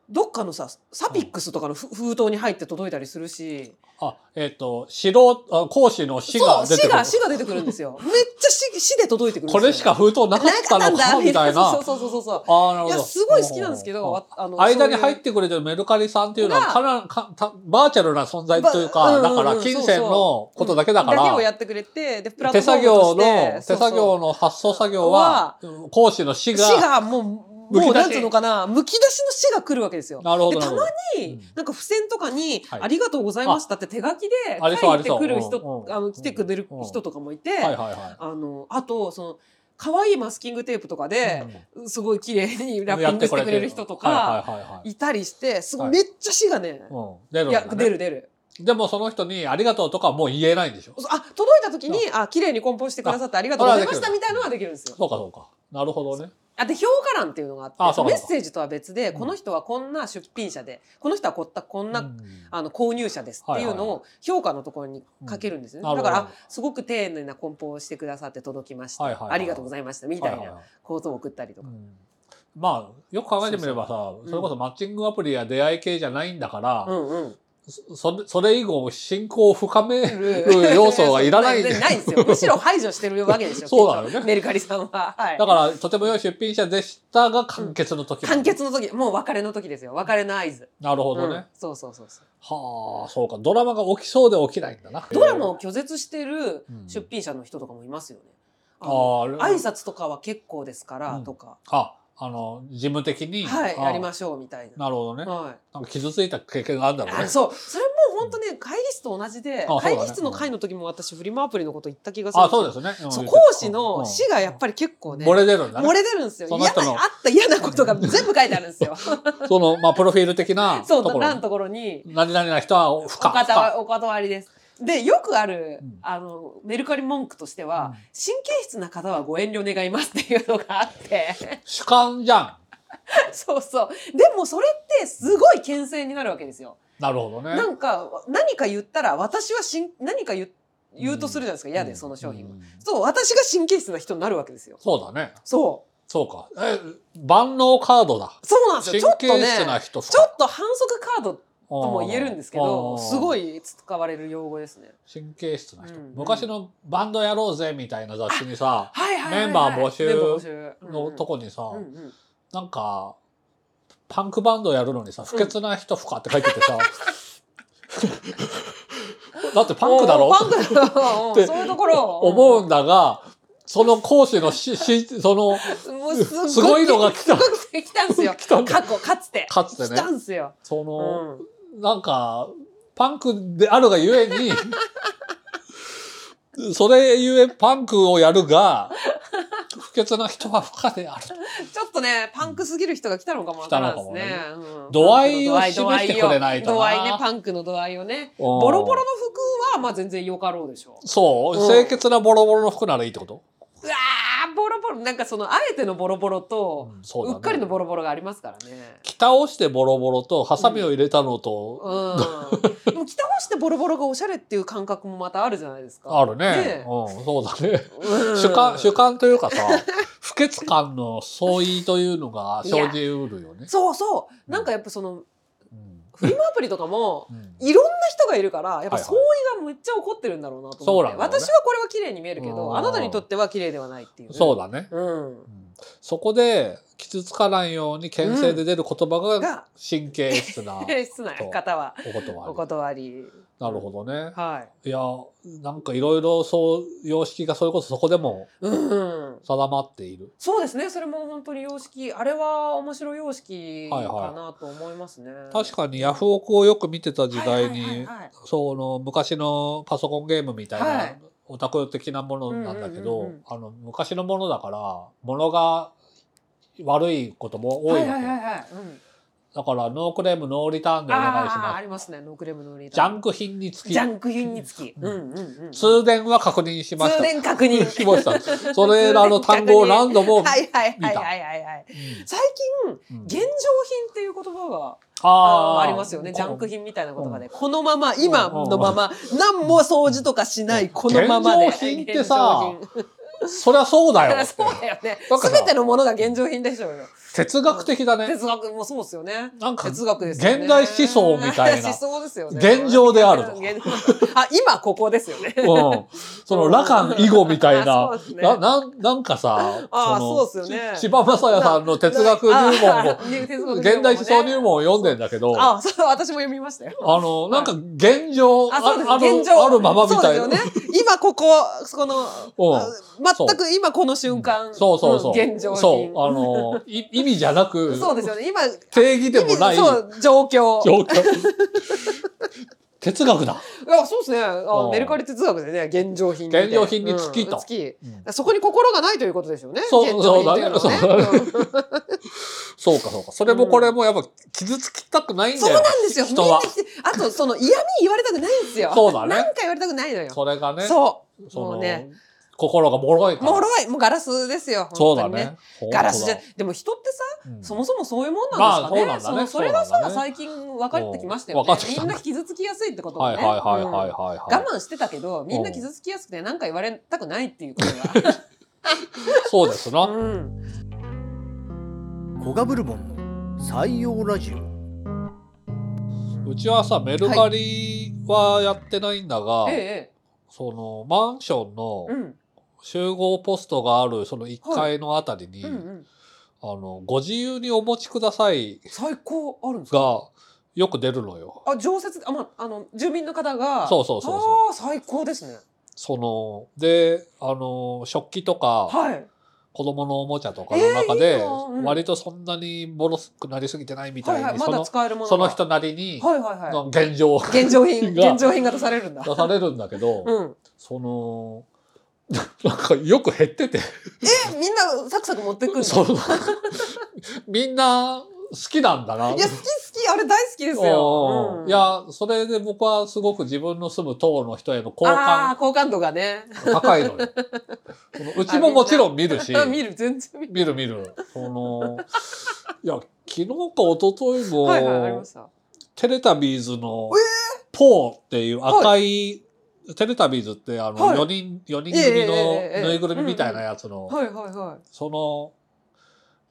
S3: どっかのさサピックスとかのふ封筒に入って届いたりするし、
S2: あ、えっと、素人、あ講師の死が
S3: そ
S2: 出て
S3: う死
S2: くる
S3: が。死が出てくるんで すよ。めっちゃ死死で届いてくるんです
S2: こ
S3: よ。
S2: れしか封筒なかったのかみたいな。
S3: そうそうそうそうそ
S2: ああ、なる
S3: う。い
S2: ほ
S3: や
S2: ど。
S3: すごい好きなんですけ
S2: ほう
S3: ど、
S2: ほう
S3: ああ
S2: ほう
S3: の
S2: 間に入っ
S3: そういう
S2: てくれてるメルカリさんっていうのは
S3: が
S2: かなかたバーチャルな存在という
S3: ば
S2: か、
S3: うんうん
S2: だ
S3: うん
S2: から金銭のことだけだか
S3: だけをや
S2: ら、
S3: ってくれて、でプラッ
S2: 手
S3: トフォ
S2: 作
S3: ームと
S2: 業の
S3: して
S2: 手作業の発送作業は講師の死
S3: そ
S2: が
S3: うそう死がもう
S2: むき出し
S3: もうなんつうのかな、むき出しの死が来るわけですよ。
S2: なるほど
S3: で
S2: なる
S3: た
S2: ほ
S3: ま
S2: ど。
S3: に、
S2: うん
S3: なんか付箋とかに、
S2: はい
S3: ありがとうございましたって手書きで
S2: ありそう
S3: 書いて
S2: あ
S3: く
S2: りそう
S3: る
S2: うん
S3: 人、
S2: うん
S3: あの来てくれる人とかもいて、
S2: はいはいはい。
S3: あのあとその可愛いマスキングテープとかで、すごい綺麗にラッ
S2: や
S3: ピン
S2: っ
S3: グ
S2: てく
S3: して
S2: れ
S3: く
S2: て
S3: れる人と
S2: は
S3: か
S2: いはいはいはい
S3: いたりして、すご
S2: はいい
S3: めっちゃ死がね、
S2: うん出るん
S3: い
S2: だ
S3: や
S2: ね
S3: 出る出る。
S2: でもその人に「ありがとう」とかはもう言えないんでしょ
S3: あ届いた時にあ綺麗に梱包してくださってありがとうございましたみたいなのはできるんですよ。
S2: そうかそうかなるほどね
S3: あで評価欄っていうのがあって
S2: あそうか
S3: メ
S2: そ
S3: ッ
S2: うか
S3: セージとは別で、
S2: うん
S3: この人はこんな出品者でこの人はこったこんな、
S2: うん
S3: あの購入者ですっていうの
S2: はい
S3: を評価のところにかけるんですよね。
S2: なる
S3: だ
S2: ほ
S3: か
S2: ど
S3: らあすごく丁寧な梱包をしてくださって届きました、
S2: はいはいはい
S3: ありがとうございましたみたい
S2: はいはい
S3: な
S2: はい
S3: ことを送ったりと
S2: う
S3: か。
S2: んまあよく考えてみればさそ
S3: そう
S2: れこそマッチングアプリや出会い系じゃないんだから、
S3: うんうん。
S2: そそそれ以後進行を深める
S3: う ん
S2: 要素はいらない
S3: 全然ないですよ。むしろ排除してるわけでしょ。
S2: そうだよね
S3: きっとメルカリさんは。はい。
S2: だからとても良い出品者でしたが完結の時、
S3: 完結の時、もう別れの時ですよ。別れの合図。
S2: なるほどね、
S3: うんそうそうそうそう。
S2: はあそうかドラマが起きそうで起きないんだな
S3: ドラマを拒絶してる
S2: うん
S3: 出品者の人とかもいますよね。あ
S2: あー
S3: の挨拶とかは結構ですから
S2: うん
S3: とか、
S2: ああの事務的に
S3: はい、
S2: あ
S3: やりましょうみたいな。
S2: なるほどね
S3: はい。
S2: なんか傷ついた経験があるんだろう
S3: あ
S2: ね
S3: そう、それも本当ね、会議室と同じで
S2: あ、そうだね
S3: 会議室の会の時も私フリマアプリのこと言った気がする。
S2: あ、そうですね。うん
S3: そう講師の死がやっぱり結構ね、
S2: 漏れ出るんだね
S3: 漏。れ出るんですよ。
S2: その
S3: 嫌
S2: 人
S3: な、
S2: の
S3: あった嫌なことが全部書いてあるんで すよ。
S2: その、まあ、プロフィール的な
S3: そ
S2: と
S3: う、
S2: ころ。
S3: 欄のところに、
S2: 何々な人は不
S3: お
S2: 可。不
S3: 方
S2: 可
S3: はお断りです。で、よくある、
S2: うん
S3: あの、メルカリ文句として
S2: うん
S3: は、神経質な方はご遠慮願いますっていうのがあって、
S2: 主観じゃん。
S3: そうそう。でもそれってすごい牽制になるわけですよ。
S2: なるほどね。
S3: なんか、何か言ったら、私はしん、何か言う、言うとするじゃないですか。嫌
S2: う
S3: で、
S2: ん
S3: その商品が
S2: う。ん
S3: そう、私が神経質な人になるわけですよ。
S2: そうだね。
S3: そ
S2: そうか。え、万能カードだ。
S3: う。そうなんです
S2: 神
S3: よ。ちょっと
S2: 経
S3: ね、
S2: 質な人不可
S3: ちょっと反則カードとも言えるんですけ
S2: あ
S3: ど、
S2: ー
S3: すごい使われる用語ですね。
S2: 神経質な人。
S3: うん
S2: 昔のバンドやろうぜみたいな雑誌にさ、
S3: はいはいはいはい
S2: メンバー募集
S3: メンバー募集
S2: のとこにさ、
S3: うんうんうん
S2: なんか、パンクバンドやるのにさ、不潔な人不可って書いててさ、 だってパンクだろ
S3: おーパンクだ
S2: っ
S3: ろう
S2: て
S3: んそういうところを
S2: 思うんだが、その講師のし、し、その、
S3: うんもうすっごい
S2: すごいのが来た
S3: すごく来たんですよ
S2: 来たんだ
S3: 過去かつて
S2: かつて
S3: 来
S2: ね
S3: た、んですよ、
S2: そうの、
S3: ん、
S2: なんか、パンクであるがゆえに、 それゆえパンクをやるが、不潔な人は不可である。
S3: ちょっとねパンクすぎる人が来たのかもわからんですね
S2: 来た
S3: うん
S2: 度合いを示してくれないとな
S3: 度合いねパンクの度合いをね
S2: ボ
S3: ボロボロの服はまあ全然よかろうでしょう
S2: そう、
S3: うん
S2: 清潔なボロボロの服ならいいってこと
S3: うわーボロロボロなんかそのあえてのボロボロと、
S2: ん
S3: う
S2: そうだね
S3: っかりのボロボロがありますからね。
S2: 北をしてボロボロとハサミを入れたのと、
S3: うん、でも北越してボロボロがおしゃれっていう感覚もまたあるじゃないですか。
S2: あるね
S3: ね
S2: うん、そうだね、
S3: うん
S2: 主観主観というかさ不潔感の相違というのが生じうる よね、
S3: そうそうなんかやっぱその
S2: うん
S3: フリマアプリとかも
S2: うん
S3: いろんな人がいるからやっぱ
S2: はいはい
S3: 相違がめっちゃ起こってるんだろうなと
S2: そう
S3: 思っ
S2: なん
S3: て、
S2: だろうね
S3: 私はこれは綺麗に見えるけ
S2: う
S3: ど
S2: ん
S3: あなたにとっては綺麗ではないっていう。
S2: そうだね、
S3: うん
S2: うんそこで傷つかないように牽制で出る言葉が
S3: が
S2: 神経質 なお言
S3: 室内方は
S2: 葉
S3: お断り。
S2: なるほどね
S3: はい。
S2: いやなんかいろいろそう様式がそれこそそこでも
S3: うん。
S2: 定まっている
S3: そうですね。それも本当に様式、あれは面白い様式か
S2: はいはい
S3: なと思いますね。
S2: 確かにヤフオクをよく見てた時代に、
S5: はいはいはいはい
S2: その昔のパソコンゲームみたいな、
S3: はい
S2: オタク的なものなんだけど、
S3: うんうんうんうん
S2: あの昔のものだからものが悪いことも多いわけ、
S3: はいはいはいはい。うん。
S2: だからノークレームノーリターンでお願いし
S3: ああー
S2: ま
S3: あ
S2: す
S3: りますね。ノークレームノーリー
S2: ジャンク品につき
S3: ジャンク品につき。
S2: う
S3: うんんうんうん。
S2: 通電は確認しました
S3: 通電確認
S2: しま したそれらの単語を何度も、
S3: はいはい
S2: 見
S3: はい
S2: た
S3: はいはいはい。
S2: うん
S3: 最近
S2: うん
S3: 現状品っていう言葉が
S2: あ
S3: あ
S2: ー
S3: ありますよね。ジャンク品みたいな言葉で、このまま
S2: ん
S3: 今のまま何も掃除とかしないこのままで。
S2: 現状品ってさ
S3: 現状
S2: そりゃそうだ
S3: 品
S2: よ
S3: そうだよね
S2: なん。かさ
S3: すべてのものが現状品でしょうよ。
S2: 哲学的だね
S3: 哲学もそうですよね。
S2: なんか
S3: 哲学ですよね。
S2: 現代思想みた いな
S3: 思想ですよね。
S2: 現状であると
S3: 現あ、今ここですよね。
S2: うん、その羅漢以後みたいな
S3: あ そうです、ね
S2: ななんなんかさ、
S3: あー
S2: の
S3: そうですよね
S2: ち千葉雅也さんの哲学入門
S3: あ
S2: も、
S3: ー哲学入門もね
S2: 現代思想入門を読んでんだけど、あ
S3: あ、そう、私も読みましたよ。
S2: の、なんか現状、
S3: あ、そうです。
S2: ある
S3: 現状。
S2: あるままみたい
S3: そ
S2: な。
S3: うですよね。今ここ、この、
S2: うん
S3: あ全く今この瞬間。
S2: そうそうそう。
S3: ん現状
S2: そう、
S3: 品。
S2: あの、い意味じゃなく、
S3: そうですよね。今、
S2: 定義でもない
S3: そ
S2: 状
S3: う、状況。い
S2: 況。哲学だ。
S3: や、そうですね。あ
S2: うん
S3: メルカリ哲学でね、現状品みたい
S2: 現
S3: な。
S2: 状品に尽きと
S3: うん尽
S2: う
S3: き
S2: ん
S3: そこに心がないということでしょうね。
S2: そう
S3: 現状品ってい
S2: そうだね
S3: うのはねうん
S2: そうかそうか。それもこれもやっぱ傷つきたくないん
S3: そ
S2: だ
S3: う
S2: よ。
S3: なんですよ。みん
S2: 人
S3: な
S2: は。
S3: あと、その嫌味言われたくないんですよ。
S2: そうだね
S3: なんか言われたくないのよ。
S2: それがね、
S3: そう。
S2: そ
S3: も
S2: の
S3: うね。
S2: 心が脆いから。
S3: もろい。もうガラスですよ。
S2: そうだ
S3: 本当に
S2: ね。本当だ
S3: ガラスじゃ、でも人ってさ、
S2: うん
S3: そもそもそういうもんなんですかね。
S2: まあそうなんだね
S3: そのそれが
S2: そうなん
S3: さ、
S2: だ
S3: 最近分かってきましたよ
S2: う
S3: ね。
S2: ん分かってきた
S3: みんな傷つきやすいってこと
S2: は
S3: が
S2: い
S3: ね。
S2: はいはいはい
S3: うん
S2: はい、はい
S3: 我慢してたけど、みんな傷つきやすくて何か言われたくないっていうことが。
S2: そうですな、
S3: うん。
S4: コガブルボンの採用ラジオ
S2: うちはさメルカリはやってないんだが、
S3: ええ。
S2: そのマンションの
S3: うん。
S2: 集合ポストがあるその1階のあたりに、
S3: うんうん。
S2: あの「ご自由にお持ちください
S3: 最高あるんで」すか
S2: がよく出るのよ。
S3: あ、常設、あ、まあ、あの、住民の方が。
S2: そうそうそうそう
S3: ああ、最高ですね。
S2: そのであの食器とか
S3: はい。
S2: 子供のおもちゃとかの中
S3: えーい
S2: で
S3: いなうん
S2: 割とそんなにボロくなりすぎてないみた
S3: はい
S2: い
S3: はい。
S2: に
S3: ま
S2: そ
S3: だ
S2: の
S3: 使えるもの
S2: そ
S3: が。
S2: の人なりに
S3: はいはいは
S2: の現状を
S3: い。現状品、
S2: が
S3: 現状品が出されるんだ。
S2: 出されるんだけど。
S3: うん。
S2: その、なんかよく減ってて、
S3: え、みんなサクサク持ってくんだ。
S2: その、みんな好きなんだな。
S3: いや、好き好き、あれ大好きです
S2: お
S3: よ。
S2: ー
S3: うん
S2: いや、それで僕はすごく自分の住む塔の人への好
S3: ああ
S2: 感
S3: 好感度がね。
S2: 高いのよ。そのうちももちろん見るし、
S3: 見る、全然見る。
S2: 見る見る。その、いや、昨日か一昨日も、
S3: はいはい、ありました。
S2: テレタビーズの、ポーっていう赤い、テレタビーズってあの、
S3: はい
S2: 4人、四人
S3: えええ
S2: 組
S3: えええ
S2: のぬいぐるみみたいなやつの、
S3: はいはいは
S2: その、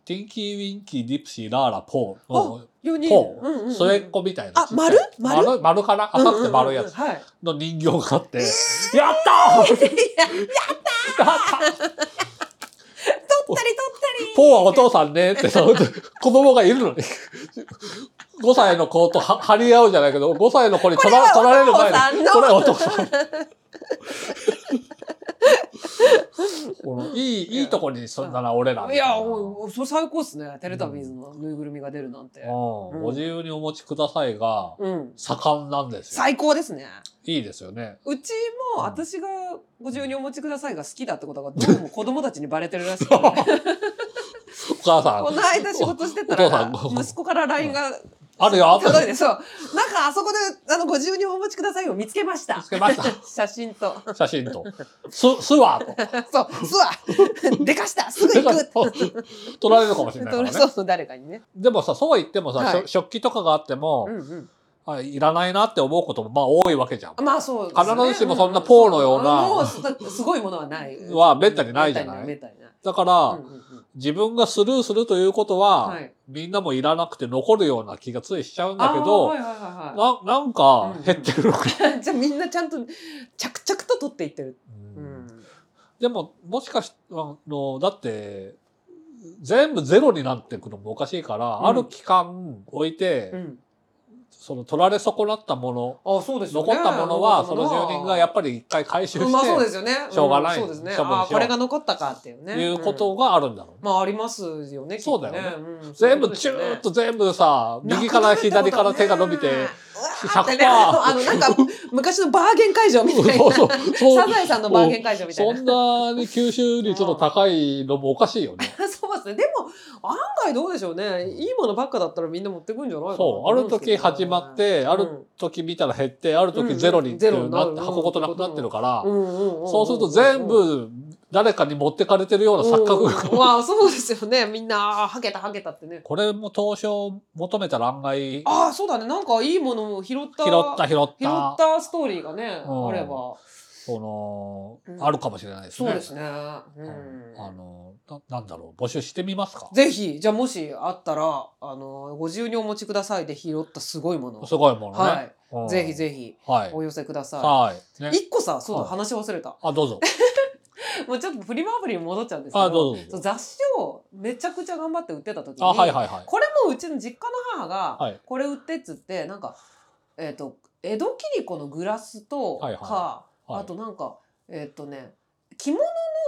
S2: ティンキー・ウィンキー・ディプシー・ラーラ・ポー
S3: あ
S2: の
S3: い。4人。
S2: ポ
S3: うんうんう
S2: ー、
S3: ん
S2: 末っ子みたいな。
S3: あ丸丸
S2: 丸丸かな赤くて丸いやつ
S3: うんうんうんはい。
S2: の人形があって、やったー
S3: 取ったり
S2: ポーはお父さんねって、その子供がいるのに。5歳の子とは張り合うじゃないけど、5歳の子に取ら取られる前に、こ
S3: こ
S2: れは
S3: れは
S2: お
S3: お
S2: 父
S3: 父
S2: さん。このいい、いいとこに住んだな、俺らみ
S3: 取った
S2: た
S3: り。い
S2: いな。
S3: や、おうそれ最高っすね。テレタビーズのぬいぐるみが出るなんて。
S2: うん
S3: うん
S2: ご自由にお持ちくださいが、
S3: うん。
S2: 盛んなんですよ。
S3: 最高ですね。
S2: いいですよね。
S3: うちも
S2: うん
S3: 私がご自由にお持ちくださいが好きだってことがどうも子供たちにバレてるらしくて、 ね、
S2: お母さ
S3: この
S2: ん。
S3: 間仕事してた
S2: お父さ
S3: ら
S2: ん
S3: 息子から LINE が
S2: あるよ。
S3: 届いて、そう。なんかあそこで、あの、ご自由にお持ちくださいを見つけました
S2: つ。け まし
S3: 写真と。
S2: た。写真と。す、すわと。
S3: そう、すわ でかしたすぐ行く
S2: 取られるかもしれないから
S3: そ
S2: ね。
S3: うそう、誰かにね。
S2: でもさ、そうは言ってもさ、
S3: はい
S2: しょ食器とかがあっても
S3: う、んうん
S2: あいらないなって思うこともまあ多いわけじゃん。
S3: あ。まあそうですね。
S2: 必ずしもそんなポーのような
S3: うんもうだってすごいものはない。
S2: はめったにないじゃない
S3: めったにない。
S2: だか
S3: めった
S2: ら
S3: にないうん、うんうん
S2: 自分がスルーするということは
S3: はい、
S2: みんなもいらなくて残るような気がついしちゃうんだけ
S3: あーは
S2: ど、
S3: いはいはいは
S2: ななんか減ってるのか
S3: いじゃあみんなちゃんと着々と取っていってる。うん
S2: でも、もしかし、あの、だって、全部ゼロになっていくのもおかしいから、
S3: うん
S2: ある期間置いて、
S3: うん
S2: その取られ損なったもの、
S3: あそうですよね
S2: 残ったものは、そ
S3: 残った
S2: の
S3: ものは
S2: 住人がやっぱり一回回収して、
S3: まあそうですよね。
S2: しょうがない
S3: んそうですね。
S2: 処分しよう
S3: ああこれが残ったかっていうね。
S2: いうこ
S3: う
S2: と
S3: ん
S2: があるんだろうね。
S3: まあありますよね。きっと
S2: そうだよ
S3: うんそうい
S2: 全
S3: うこ
S2: 部
S3: とです
S2: チ
S3: よ
S2: ュ
S3: ね
S2: ーッと全部さ、右から左から手が伸びて、
S3: 100%ね、あのな んか昔のバーゲン会場みたい
S2: そう
S3: な
S2: そう、そう
S3: サザエ さんのバーゲン会場みたい
S2: そ
S3: な。
S2: んなに吸収率の高いのもおかしいよね。
S3: そうですね。でも案外どうでしょうね。いいものばっかだったらみんな持ってくんじゃないかなと
S2: そう、
S3: 思
S2: あ
S3: ん
S2: る
S3: です
S2: 時
S3: けどね
S2: 始まって、ある時見たら減って、ある時ゼロにってい
S3: うんう
S2: うんなって
S3: ゼロになる
S2: 箱ごとなくなってるから
S3: うん、うんうんうん
S2: そうすると全部誰かに持ってかれてるような錯覚が。
S3: うんまあそうですよね。みんなあーはけたはけたってね。
S2: これも投資を求めたら案外、拾
S3: ああそうだね。なんかいいものを拾った
S2: った拾っ、
S3: 拾ったたストーリーがね、
S2: うん
S3: あれば
S2: その
S3: う、ん
S2: あるかもしれないです
S3: そう
S2: ね
S3: で。すね。うん
S2: あの、ななんだろう、募集してみますか
S3: ぜひじゃあもしあったらあのご自由にお持ちくださいで拾ったすごいものを
S2: すごいもの
S3: は
S2: ね
S3: い、。
S2: うん
S3: ぜひぜひ
S2: はい。
S3: お寄せくださ
S2: はい。
S3: い。
S2: ね
S3: 一個さ、そうだ、
S2: はい
S3: 話忘れた。
S2: あ、どう ぞ。
S3: もうちょっとフリマアプリに戻っちゃうんですけ
S2: あ、ど
S3: ど、
S2: うぞど
S3: そう
S2: ぞ。
S3: う雑誌をめちゃくちゃ頑張って売ってた時に、
S2: あ、はいはいはい。
S3: これもうちの実家の母
S2: は
S3: が
S2: い
S3: これ売ってっつって、なんかえっ、と江戸切子のグラスとか、
S2: はいはいはい
S3: あとなんかえっ、とね着物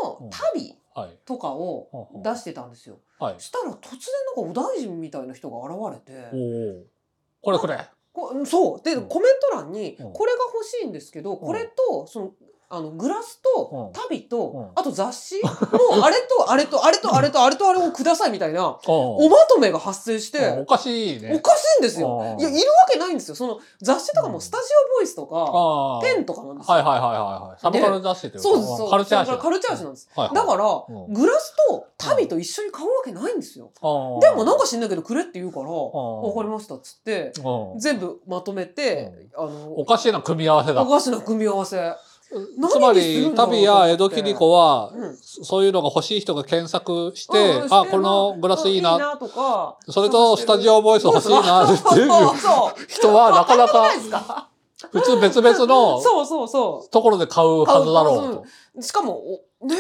S3: の足袋
S2: はい。
S3: とかを
S2: うん
S3: 出してたんですよ。
S2: はい。
S3: したら突然なんかお大臣みたいな人が現れて。
S2: おお。これこれ。
S3: こそうで、
S2: うん
S3: コメント欄に、
S2: うん
S3: これが欲しいんですけど、これとそのあのグラスと、
S2: う
S3: 旅と、
S2: うん
S3: あと雑誌のあれ とあれとあれとあれとあれとあれをくださいみたいな
S2: お
S3: おまとめが発生して、
S2: おかしいね。
S3: おかしいんですよ
S2: う。ん
S3: いやいるわけないんですよ。その雑誌とか
S2: うん
S3: もスタジオボイスとか、
S2: ああ。
S3: ペンとかなんですよ。
S2: はいはいはいはいはい。サブカル雑誌というか
S3: そうですそう
S2: カルチャー誌
S3: だからカルチャー誌なんです。
S2: はいはい。
S3: だから、
S2: うん
S3: グラスと旅と一緒に買うわけないんですよ。
S2: ああ
S3: でもなんか知んないけどくれって言うから、
S2: ん
S3: わかりましたっつって、
S2: うん
S3: 全部まとめて、あの、
S2: おかしいな組み合わせだ
S3: お。かしな組み合わせ。
S2: つまり、タビや江戸切子は、
S3: うん
S2: そういうのが欲しい人が検索し
S3: うん
S2: て
S3: うん、
S2: あ、このグラスいい
S3: うん
S2: な。
S3: とか
S2: それと、スタジオボイス欲しいなって
S3: そう
S2: いう
S3: そうそう
S2: 人は、なかな
S3: な
S2: か
S3: い、ですか
S2: 普通別々の
S3: そうそうそ
S2: ところで買うはずだろうと。
S3: うしかもおね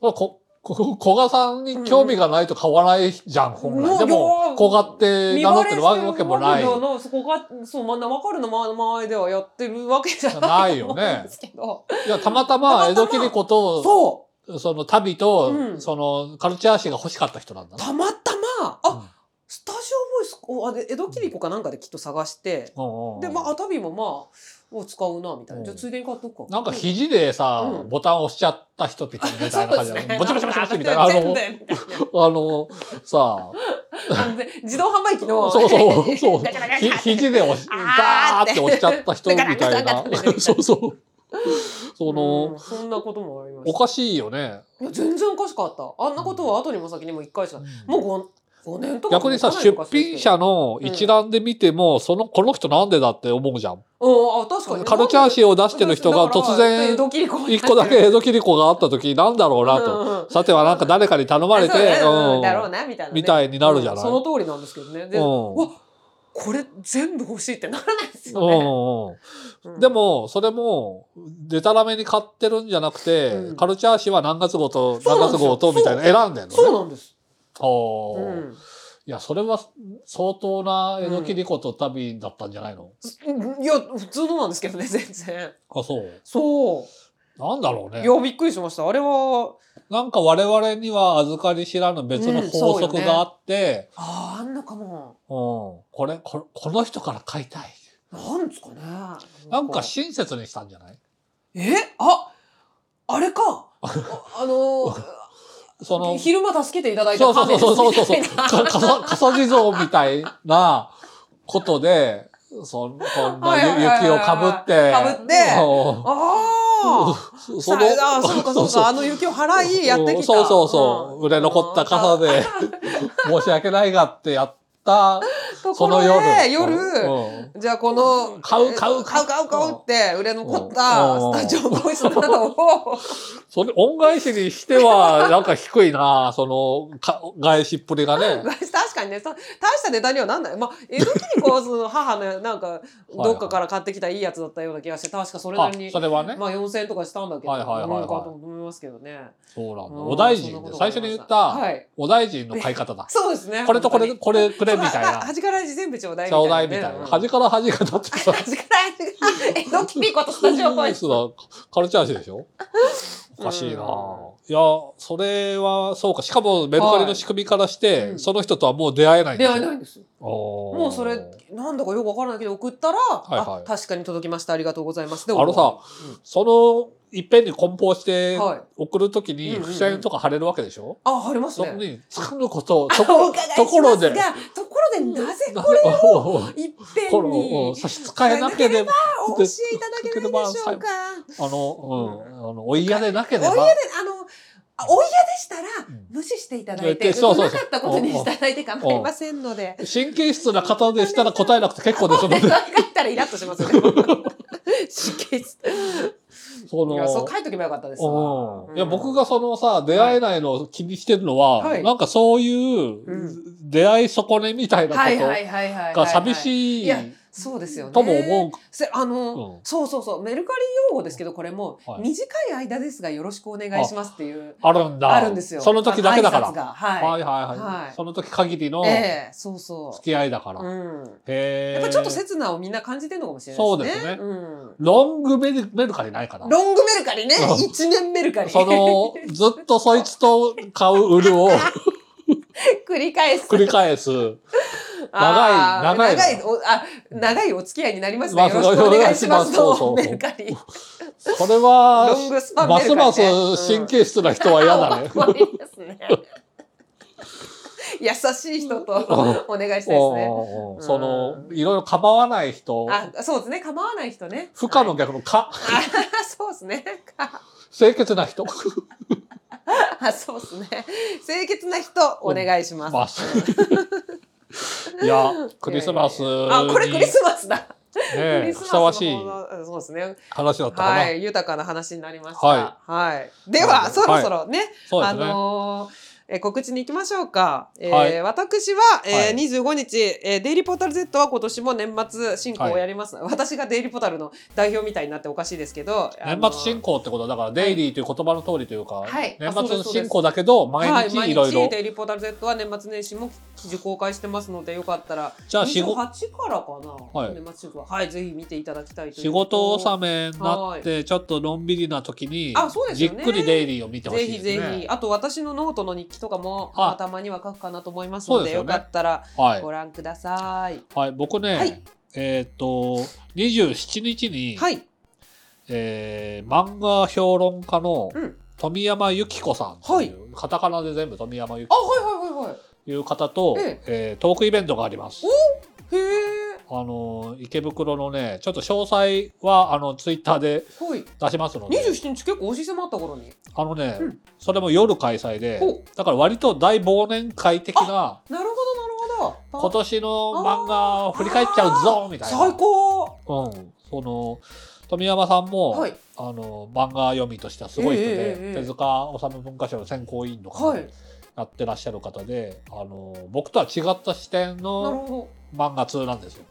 S2: まあここ古賀さんに興味がないと買わないじゃん、本
S3: うん
S2: 来。で
S3: いや
S2: も、古賀って名乗ってるわけもない。
S3: のそこがそうまあ分かるの周りではやってるわけじゃ
S2: な
S3: な
S2: い
S3: いと
S2: よ
S3: 思
S2: ね
S3: うんですけど
S2: いや、たまたま江戸切子と、
S3: そ
S2: その旅と、
S3: うん
S2: そのカルチャー誌が欲しかった人なんだ
S3: う
S2: な。
S3: たまたま
S2: うん
S3: あスタジオボイスおあで江戸切子かなんかできっと探して
S2: うんうんうん
S3: でまあ旅もまあを使うなみたい
S2: うん
S3: なじゃあついでに買っとくか
S2: なんか肘でさ、
S3: うん
S2: ボタン押しちゃった人みたいな感じ
S3: そう
S2: だ
S3: で
S2: よ
S3: す
S2: ね
S3: ね
S2: ぼちぼちぼちぼちみたいな。あ
S3: 全
S2: の
S3: 然みたいな、
S2: あの、さ
S3: 完全自動販売機の。
S2: そうそう、 そう
S5: ガチャガチャガ、チ
S2: ひ
S5: ャ
S2: 肘で押し、
S5: あ
S2: バーって押しちゃった人みたい
S3: ガ
S2: な
S3: タガタガタガ。タ
S2: そうそう。そ
S3: うん
S2: の、
S3: そんなこともありまし
S2: お
S3: た。
S2: かしいよね。
S3: いや、全然おかしかった。あんなことは後にも先にも一回しか。もう五、五年とか。
S2: 逆にさ、出品。者の一覧で見ても、その、この人なんでだって思うじゃん。
S3: うん、あ、確かに。
S2: カルチャー誌を出してる人が突然、一
S3: 一
S2: 個だけ江戸切子があった時、なんだろうなと。
S3: と。
S2: さてはなんか誰かに頼ま
S3: バ
S2: れて、うん
S3: だろうなみたいなね。
S2: みたいになるじゃない
S3: うんその通りなんですけどね。で
S2: う
S3: うんわ、これ全部欲しいってならないです
S2: うん
S3: よね。
S2: うん
S3: う
S2: うん
S3: ん
S2: で、も、それも、でたらめに買ってるんじゃなくて、
S3: うん
S2: カルチャー誌は何月号と
S3: そう
S2: 何
S3: なん
S2: 月
S3: ですよ
S2: 号とみたいな選んでんのね。
S3: そうなんです。
S2: お
S3: う
S2: ー
S3: ん。
S2: いや、それは相当な江戸切子と旅だったんじゃないの、
S3: いや、普通のなんですけどね、 全然。
S2: あ、そう。
S3: そう。
S2: なんだろうね
S3: い。や、びっくりしました。あれは、
S2: なんか我々には預かり知らぬ別の
S3: うん
S2: 法
S3: そうよ
S2: 則
S3: ね
S2: があって、
S3: ああ、あんなかも。
S2: うんこれこ、この人から買いたい。
S3: なんですかね。
S2: なんか親切にしたんじゃない
S3: えああれか。ああの
S2: その、
S3: 昼間助けていただい
S2: そ
S3: た
S2: うそうそうそうそうそう
S3: カメですみたいな
S2: か、かさ、かさ地蔵みたいなことで、そんこんな
S3: はいはいはいはい
S2: 雪をかぶって、
S3: かぶって
S2: そう
S3: ああ。
S2: その
S3: さああー、そうかそうか。あの雪を払いやってきた。
S2: そうそうそう。
S3: ん
S2: 売れ残った傘 で、申し訳ないがってやった、
S3: とこ
S2: そ
S3: ろ
S2: の
S3: で
S2: 夜。
S3: 夜、
S2: うん
S3: じゃあこの、
S2: 買う買う
S3: 買う買う買うって売れ残っ
S2: う
S3: た
S2: ん
S3: スタジオボイスなどを、
S2: それ、恩返しにして は、なんか低いな、その、か返しっぷりがね。
S3: 確かにね、そ大した値段にはなんない。まあ、江戸にこう、その母のなんか、どっかから買ってきたいいやつだったような気がして、確かそれな
S2: あ
S3: りに、、
S2: それはね。
S3: まあ4000円とかしたんだけど、
S2: はいはいはいはい
S3: うんかと思いますけどね。
S2: そうなんだ。
S3: うん
S2: お大
S3: そん
S2: 臣
S3: な
S2: で
S3: こ、とがあ
S2: 最初
S3: りま
S2: に
S3: し
S2: 言った
S3: は
S2: た
S3: い、
S2: お大臣の買い方だ。
S3: そうですね。
S2: これとこれ、
S3: 本
S2: これく
S3: 当
S2: れ
S3: に、
S2: みたいな。
S3: 端から端全部ちょうだい
S2: ち
S3: みたいな、
S2: ょ
S3: ね。
S2: うだいみたいな。
S3: うん
S2: 端から端がだってさ。
S3: 端から端が、江戸切子とスタジオボイス。
S2: そうだカルチャー誌で しょおかしいな、いやそれはそうかしかもメルカリの仕組みからして、
S3: はいうん
S2: その人とはもう出会えないんで
S3: 出
S2: しょ
S3: 会えないんですよ。も
S2: も
S3: うそれなんだかよくわからないけど送ったら、
S2: いはい
S3: あ確かに届きましたありがとうございますで
S2: あのさ、そのいっぺんに梱包して
S3: はい
S2: 送るときに
S3: うんうんうん
S2: 付箋とか貼れるわけでしょ、
S3: あ貼ります
S2: そこ
S3: ね
S2: に掴むことと
S3: あお
S2: こ
S3: 伺いしますが
S2: ところで
S3: ところでなぜこれ
S2: こ
S3: いっぺ
S2: この
S3: んに
S2: うん差し支えなければ
S3: お教えいただけないでしょうか
S2: あの、うん、あのお嫌でなければ
S3: お嫌であのあお嫌でしたら
S2: ん
S3: 無視していただいて
S2: でそうそう
S3: なかったことにしていただいて構いませんので
S2: 神経質な方でしたら答えなくて結構ですので
S3: それ書いたらイラッとしますよね神経質
S2: そ
S3: いやそう書いとけばよかったですわ
S2: うんいや、僕がそのさ、出会えないのを気にしてるのは、
S3: はい
S2: なんかそういう
S3: う
S2: 出会い損ねみたいな
S3: はい
S2: こ
S3: はいはいはいはい
S2: とが寂し
S3: い
S2: い
S3: やそうですよね
S2: とも思う。
S3: せあの、
S2: うん
S3: そうそうそうメルカリ用語ですけどこれも、
S2: はい
S3: 短い間ですがよろしくお願いしますっていう
S2: あるんだ。
S3: あるんですよ
S2: その時だけだか
S3: あの挨拶
S2: ら。
S3: がはい、
S2: はいはいは。
S3: はいい
S2: その時限りの
S3: え
S2: 付
S3: えそうそ
S2: き合いだから。
S3: う、うん、
S2: へえ。
S3: やっぱちょっと刹那をみんな感じてるのかもしれないですね
S2: そうですね
S3: うん
S2: ロングメルメルカリないから。
S3: ロングメルカリね
S2: うん
S3: 一年メルカリ
S2: その、ずっとそいつと買う売るを
S3: 繰り返す
S2: 繰り返す。
S3: あー
S2: 長い長
S3: 長
S2: い
S3: いおあ長いお付き合いになりますね、
S2: まあ
S3: よろしくお願いします
S2: そうそう
S3: とメルカリ
S2: それは
S3: ロングスパ、ンメル
S2: ま
S3: カ
S2: す
S3: リね
S2: ます神経質な人は 嫌だね。
S3: 困りますね優しい人とお願いしたいですね
S2: おうおうおう
S3: うん
S2: そのいろいろ構わない人
S3: あ、そうですね。構わない人ね。
S2: 負荷の
S3: はい。
S2: 逆の「か
S3: あ、そうですね。か」
S2: 清潔な人
S3: あ、そうですね。清潔な人お願いします。
S2: まあそういやクリスマス
S3: いやいやいやあ、これクリスマスだ。
S2: に
S3: ク
S2: ね
S3: リスマス
S2: ふさわしい
S3: の方がそうですね。
S2: 話だったかな、
S3: はい、豊かな話になりました。
S2: は
S3: はい。で
S2: は
S3: はいそろそろね、
S2: そうで
S3: あ
S2: すね、
S3: のーえー告知に行きましょうか。えー
S2: はい
S3: 私は、えー25日、えーデイリーポータル Z は今年も年末進行をやります。私がデイリーポータルの代表みたいになっておかしいですけど、あのー
S2: 年末進行ってことはだからデイリーという言葉の通りというか、
S3: はい
S2: 年
S3: あそうです
S2: 末進行だけど
S3: は
S2: 毎
S3: い、
S2: 日
S3: 毎
S2: いろいろ、
S3: 日デイリーポータル Z は年末年始も記事公開してますのでよかったら
S2: じゃあ仕
S3: 28
S2: 事
S3: からかな、
S2: はい
S3: 年末週間はいぜひ見ていただきたいとい
S2: 仕
S3: うこと
S2: 事納めになってちょっとのんびりな時に、
S3: あそうです
S2: じ
S3: よ
S2: っ
S3: ね
S2: くりデイリーを見てほし
S3: ぜ
S2: いで
S3: ひ
S2: すね。
S3: ぜひあと私のノートの日記とか
S2: は
S3: も、
S2: い
S3: まあたまには書くかなと思いますの
S2: そうで
S3: で
S2: すよ
S3: よ
S2: ね
S3: かったら
S2: はい
S3: ご覧ください
S2: はい、僕ね、
S3: はい
S2: えーっ、と、27日に、
S3: はい
S2: えー漫画評論家の
S3: うん
S2: 富山由紀子さんという、カタカナで全部富山由紀
S3: あ
S2: 子
S3: はいはいはいはい
S2: という方と、え
S3: え
S2: ートークイベントがあります。
S3: へえ
S2: あのー、池袋のね、ちょっと詳細は、あの、ツイッターで
S3: はい
S2: 出しますので、
S3: 27日結構おし迫った頃に
S2: あのね、
S3: うん
S2: それも夜開催で
S3: ほ、
S2: だから割と大忘年会的な、
S3: なるほどなるほ
S2: 今
S3: ど
S2: 年の漫画を振り返っちゃうぞみたいな。
S3: 最高
S2: うん。その、富山さんも、
S3: はい
S2: あの漫画読みとしてはすごい人で、
S3: ええええええ
S2: 手塚治虫文化賞の選考委員とか
S3: はい
S2: でやってらっしゃる方で、あの僕とは違った視点
S3: なる
S2: の
S3: ほど
S2: 漫画通なんですよ。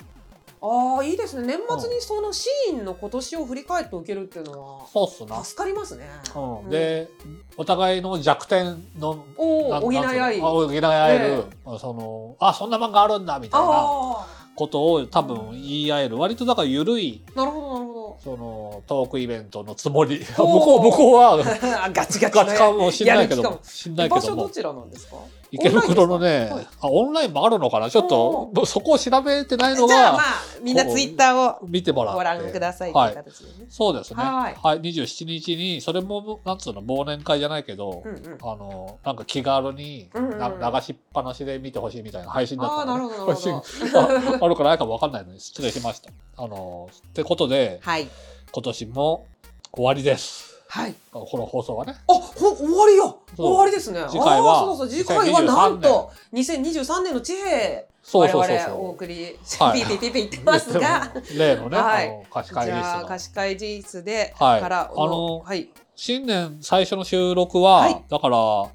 S3: ああいいですね年末にそのシーンの今年を振り返っておけるっていうの
S2: そうっすな
S3: は。助かりますね。
S2: うんでお互いの弱点の
S3: お
S2: なん
S3: お補い合い。
S2: なんつうのあ補い合える、そのあそんな漫画あるんだみたいな
S3: あ
S2: ことを多分言い合える割とだから緩い
S3: あなるほどなる ほ
S2: そのトークイベントのつもり 向
S3: おー
S2: こう向こうは
S3: あガチガチ
S2: ガ
S3: の
S2: チかもしんないけど
S3: やる
S2: も
S3: 気
S2: しんないけ
S3: 場
S2: ど
S3: 所ど
S2: も
S3: ちらなんですか
S2: 池袋の
S3: オンライン
S2: ね
S3: ですかはい
S2: あオンラインもあるのかなちょっとそこを調べてないの
S3: じゃあま
S2: が
S3: あみんなツイッターを
S2: 見てもらって
S3: ご覧くださいと
S2: は
S3: いう
S2: い
S3: 形でね。
S2: そうですね。
S3: は
S2: はいい、27日に、それも、なんつうの、忘年会じゃないけど、
S3: うんうん
S2: あの、なんか気軽に、
S3: うんうん
S2: な流しっぱなしで見てほしいみたいな配信だっ
S3: ああ
S2: た
S3: ーなるほどなるほど。
S2: ど。あるかないかわかんないので、失礼しました。あの、ってことで、
S3: はい
S2: 今年も終わりです。
S3: はい。
S2: この放送はね。
S3: あほ終わりよ
S2: そう
S3: 終わりですね。
S2: 次回は
S3: あーそうそう次回はなんと2023年の地平
S2: そう
S3: 我
S2: そうそう
S3: 々お
S2: そ
S3: 送り
S2: はい
S3: ピーピーピーピー言ってま すが。
S2: 例のね、
S3: はい
S2: あの貸し
S3: じ
S2: 会議
S3: ゃあ
S2: 室の
S3: 貸し会議室で
S2: はい
S3: から
S2: あの
S3: はい
S2: 新年最初の収録は、
S3: はい
S2: だから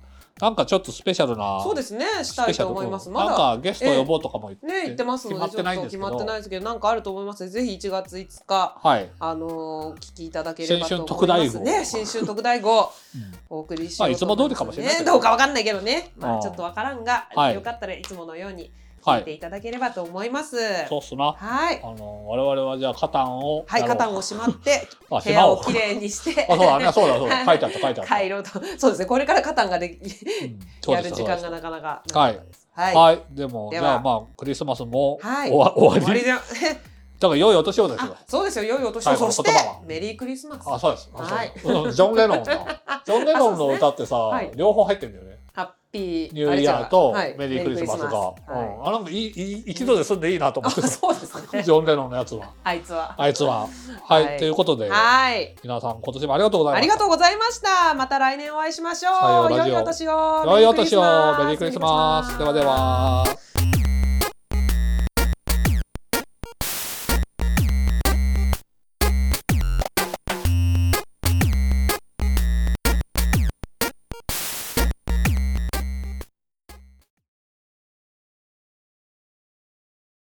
S2: なんかちょっとスペシャルな
S3: そうですねし
S2: ス
S3: た
S2: ペ
S3: い
S2: シャ
S3: と
S2: ルと
S3: 思い
S2: か
S3: ます。まだ
S2: なんかゲスト呼ぼうとかも言って,、
S3: ね、言ってますので、
S2: 決まってないんですけ
S3: ちょ
S2: ど
S3: っと決まってないですけど、なんかあると思いますので、ぜひ1月5日、
S2: はい、
S3: あのーお聞きいただければと思
S2: 新春
S3: います。
S2: 特大号
S3: ね、新春特大号、
S2: うん
S3: お送りしようと思ます
S2: まあいつも通りかもしれないけ
S3: ね。
S2: ど
S3: どうかわかんないけどね、ま
S2: う
S3: あ、
S2: ん
S3: ちょっとわからんが、
S2: はい
S3: よかったらいつものように
S2: は
S3: 聞いて
S2: い、
S3: いただければと思います。
S2: そうっすな。
S3: はい。
S2: あの我々はじゃあカタンを
S3: はい、
S2: やろう
S3: カタンをしまって、
S2: あ
S3: 部
S2: しま
S3: 屋
S2: おう
S3: をきれいにして、
S2: あそうだねそうだそうだ書いてあった書いてあった。
S3: 回路と、そうですね、これからカタンができ、
S2: うんそう
S3: や
S2: で
S3: る
S2: すそう
S3: 時
S2: で
S3: 間
S2: す
S3: がなかなかな
S2: は
S3: か
S2: い
S3: ったです。はい。
S2: はい、でも
S3: では
S2: じゃあまあクリスマスも終わ,、
S3: はい
S2: 終
S3: 終わ
S2: わり
S3: り
S2: だ
S3: じ
S2: か
S3: ゃ
S2: ら良いお年をですよ
S3: あ、そうですよ、良いお年を。
S2: 最後
S3: そ
S2: の
S3: して
S2: 言葉は、
S3: メリークリスマス。
S2: あそうです、あ
S3: はい
S2: そうジョン・レ ノンのジョン・レノンの歌ってさ、
S3: はい
S2: 両方入ってるんだよね
S3: ハッピー
S2: ニューイヤーと
S3: あれ違う
S2: メリークリスマスが、
S3: はい
S2: うん、あなんかいいいい一度で済んでいいなと思
S3: あ
S2: ってた、
S3: そうです ね
S2: ジ。ョン・レノンのやつは
S3: あいつは。
S2: あいつははい、
S3: はい
S2: ということで
S3: はい。
S2: 皆さん今年もありがとうございま
S3: あ
S2: し
S3: り
S2: た
S3: がとうございました。また来年お会いしまし
S2: さよ
S3: ょ
S2: う
S3: う。
S2: ラ
S3: 良
S2: ジ
S3: い
S2: オ
S3: お年を。
S2: 良いお年をメリークリスマス
S3: メリークリスマス
S2: ではでは